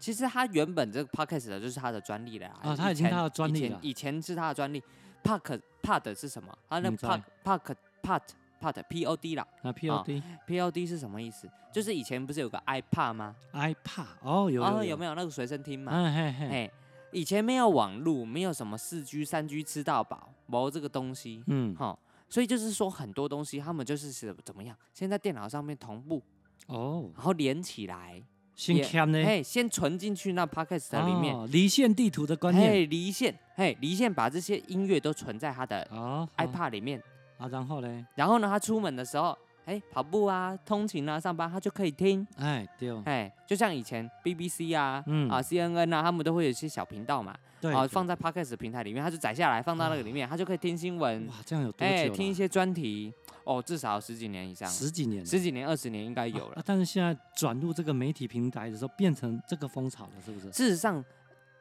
其实他原本这个 Podcast 就是他的专利了啊
啊它已经
前
它的
以
专利
前
了
以前是他的专利，Pod Pod 是什么？他那个
唔知
Pod Pod Pod Pod P O D 啦
啊 POD
，P O D 是什么意思？就是以前不是有个 iPad 吗？
iPad 哦有
哦，
有
有没
有？
有那个随身听嘛？
啊嘿嘿，
哎，以前没有网络，没有什么四 G、三 G 吃到饱，没这个东西，
嗯，
哈。所以就是说很多东西他们就是是怎么样，先在电脑上面同步，
哦，
然后连起来，
先
也
看呢，
嘿，先存进去那 podcast 里面，
哦离线地图的观念
嘿，离线，嘿，离线把这些音乐都存在他的
哦，好
iPad 里面，
啊，然后嘞，
然后呢，他出门的时候，哎，跑步啊、通勤啊、上班，他就可以听。
哎，对哦，
哎，就像以前 BBC 啊、
嗯
啊 CNN 啊，他们都会有一些小频道嘛，
对，
啊，
对
放在 Podcast 平台里面，他就载下来放到那个里面，他就可以听新闻，
哇，这样有多
哎，
久了？
听一些专题，哦，至少十几年以上，
十几年了，
十几年、二十年应该
啊
有了
[laughs] 啊。但是现在转入这个媒体平台的时候，变成这个风潮了，是不是？
事实上，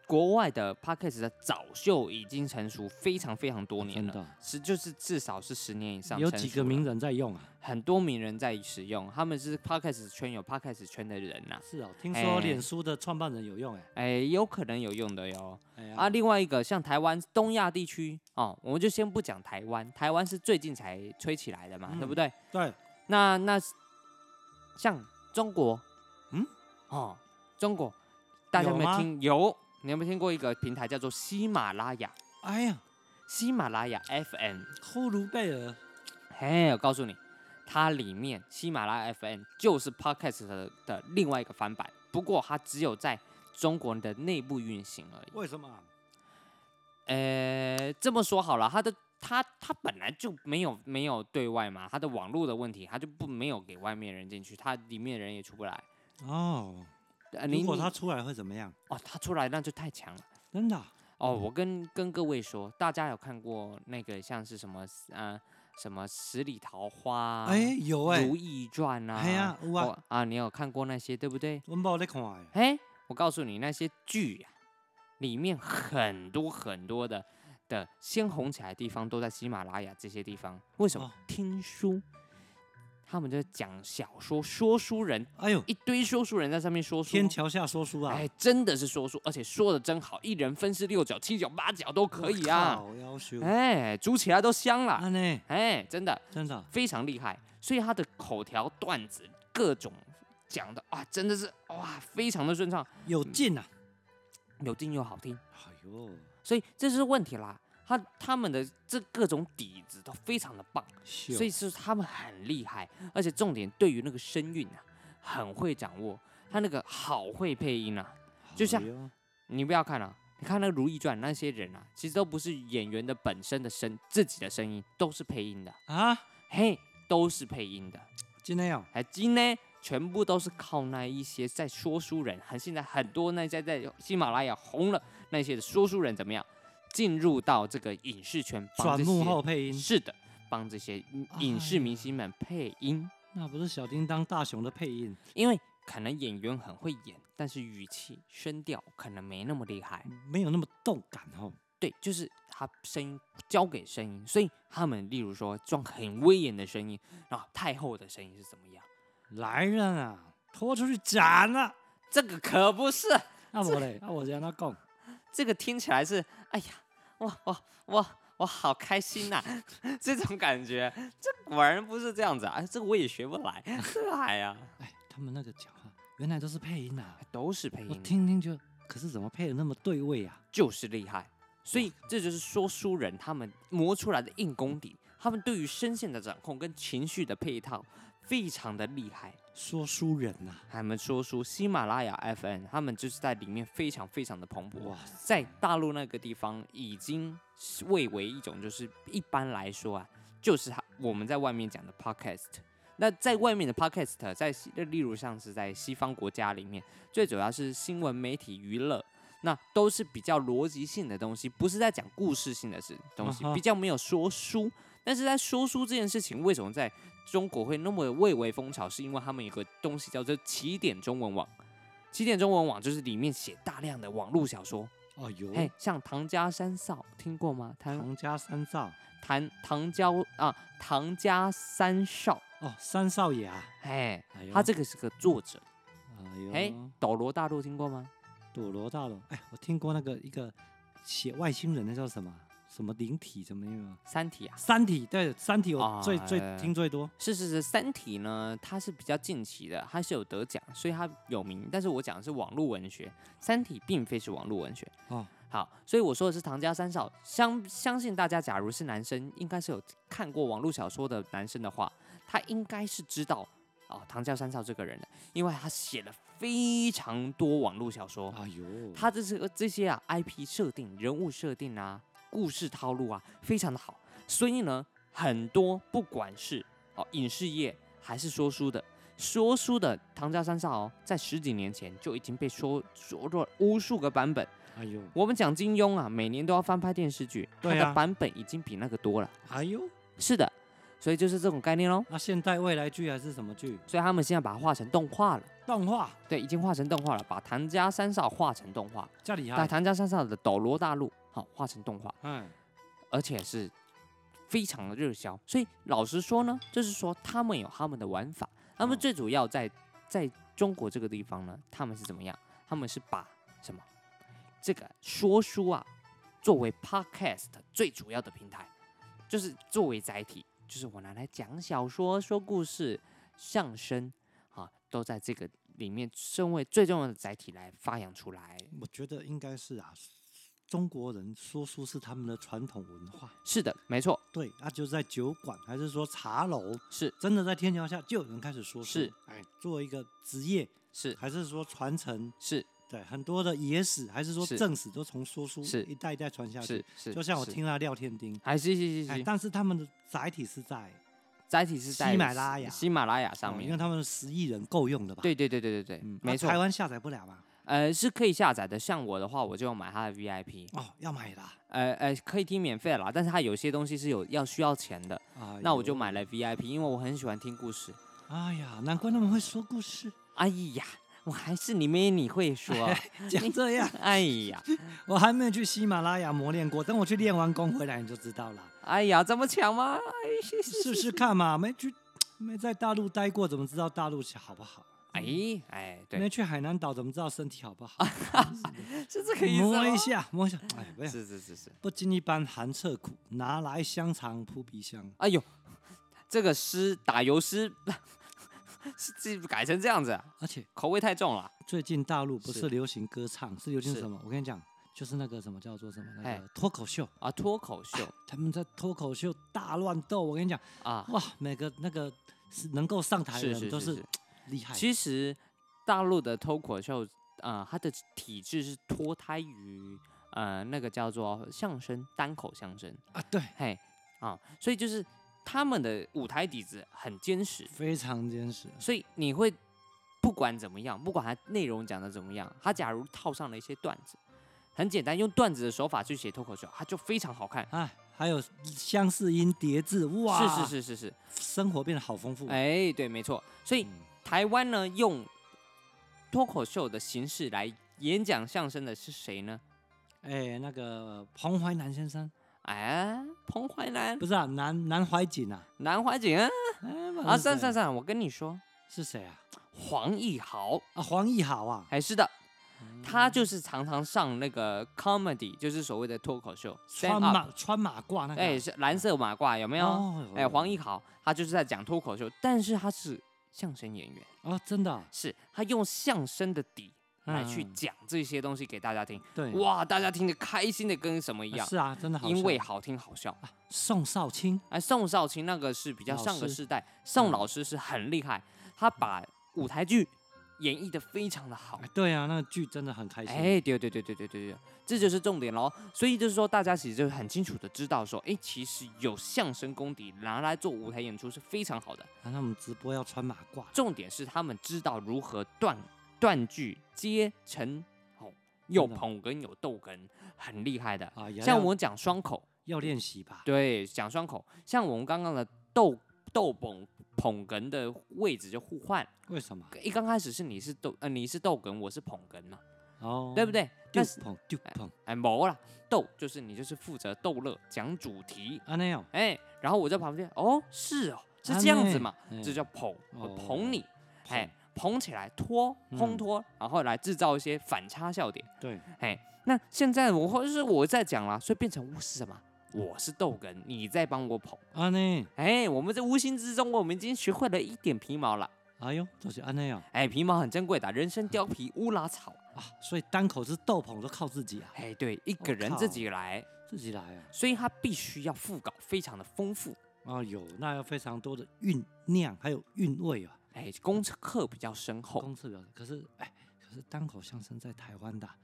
国外的 Podcast 的早秀已经成熟非常非常多年
哦真
了。
的，
是，就是至少是十年以上成熟
有
了。
几个名人在用啊？
很多名人在使用，他们是 podcast 圈有 podcast 圈的人呐、
是哦，听说
哎
脸书的创办人有用哎
哎，有可能有用的哟。
哎呀
啊，另外一个像台湾东亚地区哦，我们就先不讲台湾，台湾是最近才吹起来的嘛，
嗯
对不对？
对，
那那像中国，
嗯，
哦，中国，大家有没
有
有
吗
听？有，你有没有听过一个平台叫做喜马拉雅？
哎呀，
喜马拉雅 FM，
呼卢贝尔
嘿，我告诉你，它里面喜马拉雅 FM 就是 Podcast 的的另外一个翻版，不过它只有在中国的内部运行而已。
为什么啊？
呃，这么说好了，它的它它本来就没有没有对外嘛，它的网络的问题，它就不没有给外面人进去，它里面人也出不来。
哦，
呃，你
如果
你
他出来会怎么样？
哦，它出来那就太强了。
真的啊
哦，我跟跟各位说，大家有看过那个像是什么呃什么十里桃花啊？
哎有哎
如，懿传》啊，
哎呀有啊
哦啊，你有看过那些对不对？
温饱在看哎，
哎，我告诉你，那些剧啊，里面很多很多的的先红起来的地方都在喜马拉雅这些地方。为什么？
哦
听书，他们就在讲小说，说书人
哎呦，
一堆说书人在上面说书哦
天。桥下说书啊，
哎，真的是说书，而且说的真好，一人分饰六角、七角、八角都可以啊！
我靠，要求
哎，煮起来都香了，
啊呢，
哎，真的。
真的啊
非常厉害，所以他的口条段子各种讲的啊，真的是哇，非常的顺畅，
有劲啊，
有劲又好听，
哎呦，
所以这就是问题啦。他他们的这各种底子都非常的棒，所
所
以是他们很厉害，而且重点对于那个声韵啊，很会掌握，他那个好会配音啊。就像你不要看啊，你看那《个《如懿传》那些人啊，其实都不是演员的本身的声，自己的声音都是配音的，
啊，
嘿，都是配音的。
今天哦，
还今呢，全部都是靠那一些在说书人，很现在很多那些在喜马拉雅红了那些的说书人怎么样，进入到这个影视圈，帮
转
这
幕后
些
配音，
是的，帮这些影影视
哎
明星们配音，
那不是小叮当大雄的配音，
因为可能演员很会演，但是语气声调可能没那么厉害，
没有那么动感哦。
对，就是他声音交给声音，所以他们例如说装很威严的声音，然后太后的声音是怎么样？
来人啊，拖出去斩了！
这个可不是
啊我
[laughs]
嘞，啊我让他讲，
这个听起来是，哎呀，我我我我好开心呐、 [laughs] 这种感觉，这果然不是这样子啊！哎这个我也学不来，这还呀、
哎，他们那个讲话原来都是配音啊，
都是配
我
音，
听听就，可是怎么配的那么对位啊？
就是厉害。所以这就是说书人他们磨出来的硬功底，他们对于声线的掌控跟情绪的配套非常的厉害。
说书人啊呐、
他们说书喜马拉雅 FM，他们就是在里面非常非常的蓬勃。
哇，
在大陆那个地方已经是蔚为一种，就是一般来说啊，就是它我们在外面讲的 podcast。那在外面的 podcast，在西例如像是在西方国家里面，最主要是新闻媒体、娱乐，那都是比较逻辑性的东西，不是在讲故事性的事东西
啊，哈
比较没有说书。但是在说书这件事情，为什么在中国会那么蔚为风潮？是因为他们有个东西叫做起点中文网，起点中文网就是里面写大量的网络小说，
哦有，
嘿，像唐家三少听过吗？唐
唐家三少，
唐唐家啊，唐家三少，
哦三少爷啊，
嘿，
哎呦，
他这个是个作者。
哎呦，
嘿斗罗大陆听过吗？
斗罗大陆，哎，我听过那个一个写外星人的叫什么什么灵体怎么样啊？
三体啊，
三体对，三体我
啊
最、最
哎
听最多，
是是是，三体呢，它是比较近期的，它是有得奖，所以它有名。但是我讲的是网络文学，三体并非是网络文学。
哦，
好，所以我说的是唐家三少，相相信大家假如是男生，应该是有看过网络小说的男生的话，他应该是知道哦唐家三少这个人的，因为他写了非常多网络小说，
哎呦，
他这些这些啊 IP 设定、人物设定啊、故事套路啊，非常的好。所以呢，很多不管是哦影视业还是说书的，说书的《唐家三少》哦，在十几年前就已经被说说过无数个版本。
哎呦，
我们讲金庸啊，每年都要翻拍电视剧，它
对啊
的版本已经比那个多了。
哎呦，
是的，所以就是这种概念喽。
那现代未来剧还是什么剧？
所以他们现在把它画成动画了，
动画，
对，已经画成动画了，把唐家三少画成动画，
这厉
把
害，
唐家三少的《斗罗大陆》好画成动画，
嗯，
而且是非常的热销。所以老实说呢，就是说他们有他们的玩法，他们
哦
最主要在在中国这个地方呢，他们是怎么样？他们是把什么这个说书啊作为 podcast 最主要的平台，就是作为载体，就是我拿来讲小说、说故事、相声啊，都在这个里面身为最重要的载体来发扬出来。
我觉得应该是啊，中国人说书是他们的传统文化，
是的，没错，
对，那、就在酒馆还是说茶楼，
是
真的在天桥下就有人开始说书，
是，
哎，做一个职业，
是
还是说传承，
是
对，很多的野史还是说
是
正史都从说书
是
一代一代传下去
是，是，
就像我
是，
听了廖天丁，
还是是是
哎，
是，
但是他们的载体是在
载体是在
喜马拉雅
喜马拉雅上
哦因为
面。
他们十亿人够用的吧？，
对对对对对对
嗯，，
没
那
错
台，湾下载不了吧？
呃，是可以下载的。像我的话，我就买它的 VIP，
哦，要买的啊，
呃呃，可以听免费的啦，但是它有些东西是有要需要钱的，
哎
那我就
呦
买了 VIP，因为我很喜欢听故事。
哎呀，难怪那么会说故事，
哎呀，我还是你妹你会说， [laughs]
讲这样，
哎呀，
我还没有去喜马拉雅磨练过，等我去练完功回来你就知道了，
哎呀，这么巧吗？哎是
[laughs]
是
试试看嘛。没去，没在大陆待过，怎么知道大陆好不好？
哎哎，对啊
没，去海南岛，怎么知道身体好不好？
是哦这个意思
摸
吗
一。下，摸一下，哎，不要，
是是是是，
不经一般寒彻骨，拿来香肠扑鼻香。
哎呦， [laughs] 这个诗打油诗 [laughs] 是自己改成这样子啊，
而且
口味太重了。
最近大陆不
是
是流行歌唱，是流行
是
什么？我跟你讲，就是那个什么叫做什么那
哎
个脱口秀，
啊，脱口秀
他们在脱口秀大乱斗。我跟你讲，
[laughs] 啊，
哇，每个那个是能够上台的
是
人
是
都
哎是
是
是。
厉害。
其实大陆的脱口秀啊、它的体制是脱胎于呃那个叫做相声单口相声，
啊，对，
嘿啊，所以就是他们的舞台底子很坚实，
非常坚实。
所以你会不管怎么样，不管它内容讲的怎么样，它假如套上了一些段子。很简单，用段子的手法去写脱口秀，它就非常好看。
哎，还有相似音叠字，哇，
是是是是是，
是，生活变得好丰富。
哎、对，没错。所以
嗯，
台湾呢用脱口秀的形式来演讲相声的是谁呢？
哎，那个彭淮南先生，
哎，彭淮南
不、是啊，南南怀瑾啊，
南怀瑾啊，
哎不
啊，
是
算
谁
算算，我跟你说，
是谁啊？
黄义豪，
啊，黄义豪啊，
哎，是的，
嗯
他就是常常上那个 comedy，就是所谓的脱口秀
穿
stand up，
马穿马褂那个啊，
哎，是蓝色马褂，有没有？
哦，
哎，黄
义
义豪他就是在讲脱口秀，但是他是相声演员，
哦，真的啊，
是他用相声的底来去
嗯
讲这些东西给大家听。
对，
哇，大家听着开心的跟什么一
啊，
样，
是啊，真的好笑，
因为好听好笑。
宋少卿
哎，宋少卿那个是比较
老
上个
师
世代，宋
嗯
老师是很厉害，他把舞台剧演绎的非常的好
哎。对啊，那个剧真的很开心，
哎，对对对对对对对，这就是重点喽。所以就是说，大家其实就很清楚的知道说，哎，其实有相声功底拿来做舞台演出是非常好的。
啊，那我们直播要穿马褂，
重点是他们知道如何断断句接成哦，有
的
捧哏有逗哏，很厉害的。
啊，也
像
要
我讲双口，
要练习吧，
对，讲双口，像我们刚刚的斗斗捧捧哏的位置就互换，
为什么？
一刚开始是你是斗呃你是斗哏，我是捧哏嘛，
哦，
对不？对？
丢
但是
捧丢捧，
哎没啦，斗就是你就是负责逗乐，讲主题，
啊那样，
哎，然后我在旁边哦是哦是
啊
这样子
呢
嘛，这
哎
叫捧，我
哦
捧你，哎
捧
捧起来托烘
嗯
托，然后来制造一些反差笑点。
对，
哎，那现在我或者是我在讲啦，所以变成我是什么？我是逗哏，你在帮我捧。
安内，
哎，我们在无形之中，我们已经学会了一点皮毛了。
哎呦，就是安内哦， [laughs]
哎，皮毛很珍贵的，人参、貂皮、乌拉草，
啊，所以单口是斗捧都靠自己啊，
哎，对，一个
我
人
靠
自己来，
自己来啊。
所以他必须要副稿非常的丰富，
啊，有那要非常多的酝酿，还有韵味啊，
哎，功课比较深厚，
公司表达。可是哎，可是单口相声在台湾的啊，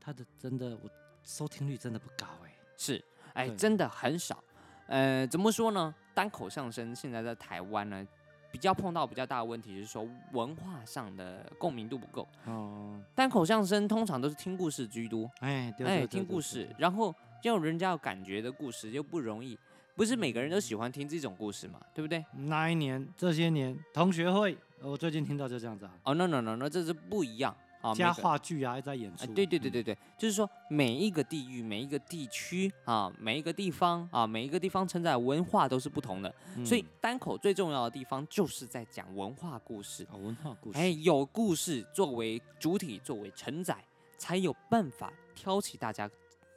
它的真的我收听率真的不高哎、
是，哎，
对
真的很少。呃，怎么说呢？单口相声现在在台湾呢，比较碰到比较大的问题是说文化上的共鸣度不够。
哦，
单口相声通常都是听故事居多，
哎，对
哎，
对
听
对
故
对
事
对，
然后要人家有感觉的故事又不容易，不是每个人都喜欢听这种故事嘛，对不对？
那一年这些年同学会，我最近听到就这样子啊，
哦、n o no no no，这是不一样啊，
加
话
话剧啊，在演
啊
出。，
对对对
嗯
对对，就是说每一个地域、每一个地区啊、每一个地方啊、每一个地方承载文化都是不同的，所以
嗯
单口最重要的地方就是在讲文化故事。
啊，文化故事，
哎，有故事作为主体，作为承载，才有办法挑起大家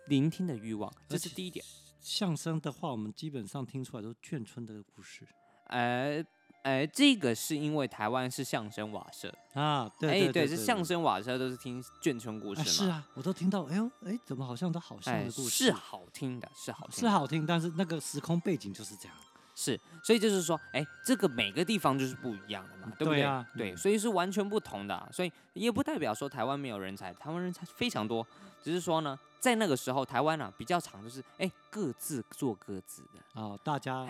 聆听的欲望，这
而
是
且
第一点。
相声的话，我们基本上听出来都是眷村的故事
呃呃，这个是因为台湾是相声瓦舍，
啊，对
哎
对
对，
对，
是
对
相。声瓦舍都是听眷村故
对
事
啊
嘛，
是啊，我都听到，哎呦，哎，怎么好像都好像
哎
的故事？
是好听的，是好听
是啊
的。
好听，但是那个时空背景就是这样。
是，所以就是说，哎，这个每个地方就是不一样的嘛，对不
对
对？
啊
对，
嗯
所以是完全不同的啊、所以也不代表说台湾没有人才，台湾人才非常多，只是说呢，在那个时候台湾啊比较常就是哎各自做各自的，
啊，大家，嗯，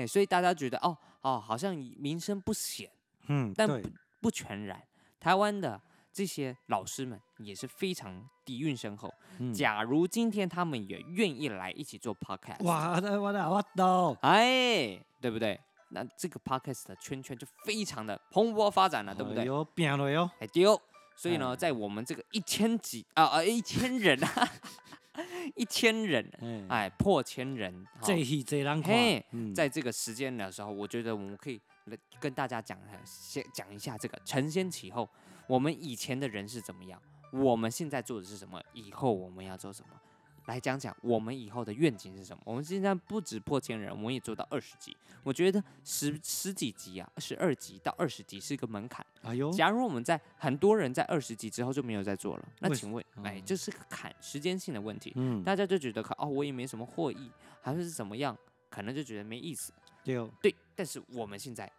哎，所以大家觉得哦哦好像名声不显，
嗯，
但
对，
不全然，台湾的这些老师们也是非常底蕴深厚。
嗯
假如今天他们也愿意来一起做 podcast，
[laughs] 哇，那我的我的，
哎，对不对？那这个 podcast 的圈圈就非常的蓬勃发展了，对不对？
有变了哟，
哎丢，所以呢，
哎
在我们这个一千集啊啊一千人啊， [laughs] 一千人，
哎，
哎破千人，哈
这戏这人看
嘿，
嗯
在这个时间的时候，我觉得我们可以来跟大家讲呃先讲一下这个承先启后，我们以前的人是怎么样，我们现在做的是什么，以后我们要做什么。来讲讲我们以后的愿景是什么？我们现在不止破千人，我们也做到二十集。我觉得十十几集啊，十二集到二十集是一个门槛。
哎呦，
假如我们在很多人在二十集之后就没有再做了，那
为
请问，哎，
嗯
这是个坎，时间性的问题。
嗯，
大家就觉得看哦，我也没什么获益，还是怎么样，可能就觉得没意思。
有
对，但是我们现在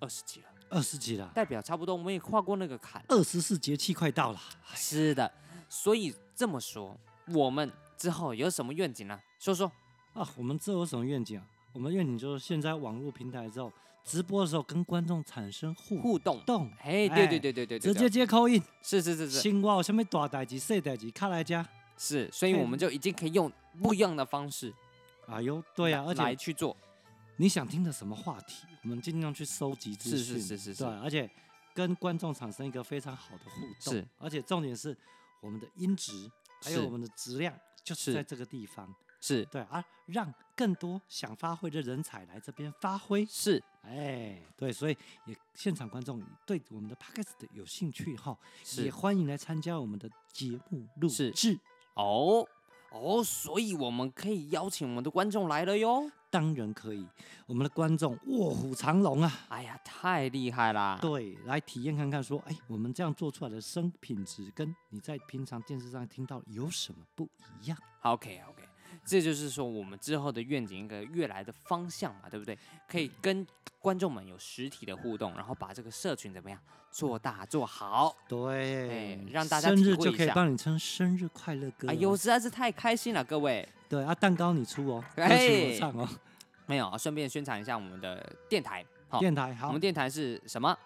二十级了，
二十几了，
代表差不多我们也跨过那个坎。
[laughs] 二十四节气快到了，
是的，所以这么说，我们之后有什么愿景呢？说说。
啊，我们这有什么愿景啊？我们愿景就是现在网络平台之后，直播的时候跟观众产生互
互动。
动，
哎，对对
哎
对对对对，
直
对
接接口音，
是是是是
新蛙有什么大代志、小代志，看来家，
是，所以我们就已经可以用不一样的方式
哎呦，对啊，而且
来去做。
你想听的什么话题，我们尽量去收集资
是
讯，
是是是是
对，而且跟观众产生一个非常好的互动，
是，
而且重点是我们的音质还
是
有我们的质量，就是
是
在这个地方，
是
对啊，让更多想发挥的人才来这边发挥，
是，
哎，对，所以也现场观众对我们的 podcast 有兴趣哈，
是
也欢迎来参加我们的节目录
是
制，
哦哦，所以我们可以邀请我们的观众来了哟。
当然可以，我们的观众卧虎藏龙啊。
哎呀，太厉害啦！
对，来体验看看，说，哎，我们这样做出来的声品质跟你在平常电视上听到有什么不一样？
OK OK，这就是说我们之后的愿景一个越来的方向嘛，对不对？可
嗯
以跟观众们有实体的互动，然后把这个社群怎么样做大做好。
对
哎让大家
生
体
日
会
就
一
可以
下
帮你唱生日快乐歌、哦。
哎呦，实在是太开心了，各位！
对啊，蛋糕你出哦，歌曲
哎
我唱哦。
没有，顺便宣传一下我们的电台，好，
电台
我
好
们，电哎台是什么？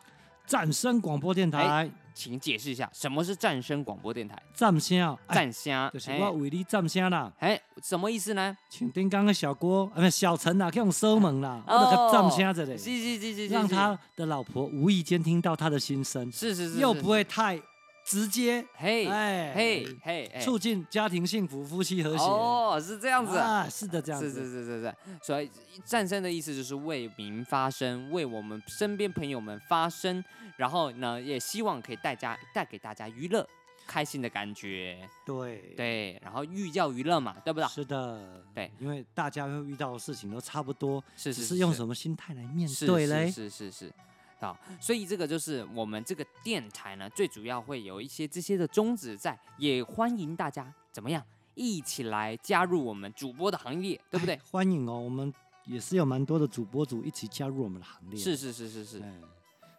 战声广播电台，
请解释一下什么是战声广播电台？
战声啊，哎
战声，
就是
哎
我为你战声啦。
哎，什么意思呢？
请丁刚的小郭，啊，不是小陈啊，给我们收门啦，我给
哦
他战声着嘞
是，是是是，是
让他的老婆无意间听到他的心声，
是是是，
又
是
不，会太直接。
嘿，
哎
嘿，嘿，哎
促进家庭幸福、夫妻和谐。
哦，是这样子
啊，是的，这样
是
子。
是是是是，所以战胜的意思就是为民发声，为我们身边朋友们发声，然后呢，也希望可以带家带给大家娱乐、开心的感觉，
对
对，然后寓教于乐嘛，对不对？
是的，
对，
因为大家会遇到的事情都差不多，
是
只
是
是用什么心态来面
是
对
是
嘞？
是是是，好，所以这个就是我们这个电台呢，最主要会有一些这些的宗旨在，也欢迎大家怎么样一起来加入我们主播的行列，对不对？
欢迎哦，我们也是有蛮多的主播组一起加入我们的行列。
是是是是是
哎，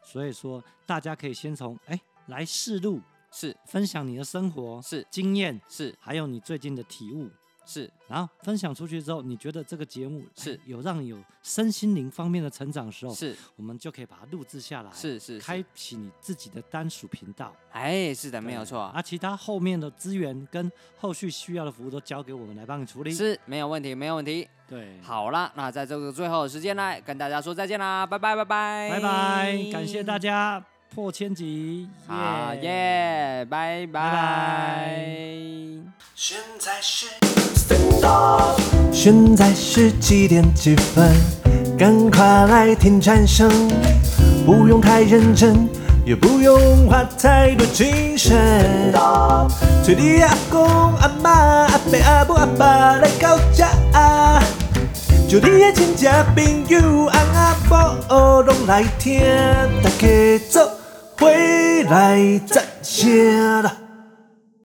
所以说大家可以先从哎来试录，
是
分享你的生活
是
经验，
是
还有你最近的体悟。
是
然后分享出去之后，你觉得这个节目哎
是
有让你有身心灵方面的成长的时候，
是
我们就可以把它录制下来，
是是，
开
开
启你自己的单属频道。
哎，是的，没有
对
错，
啊，其他后面的资源跟后续需要的服务都交给我们来帮你处理。，
是没有问题，没有问题。
对，，
好啦，那在这个最后的时间呢，跟大家说再见啦，拜拜拜拜，
拜拜，感谢大家破千集，
好耶，拜拜
拜。
现在是 stand up，现在是几点几分？赶快来听蝉声，不用太认真，也不用花太多精神。stand up，催你阿公阿妈阿伯阿母阿爸来到家。就你的亲戚朋友、翁阿婆拢来听，大家做伙来赞声啦！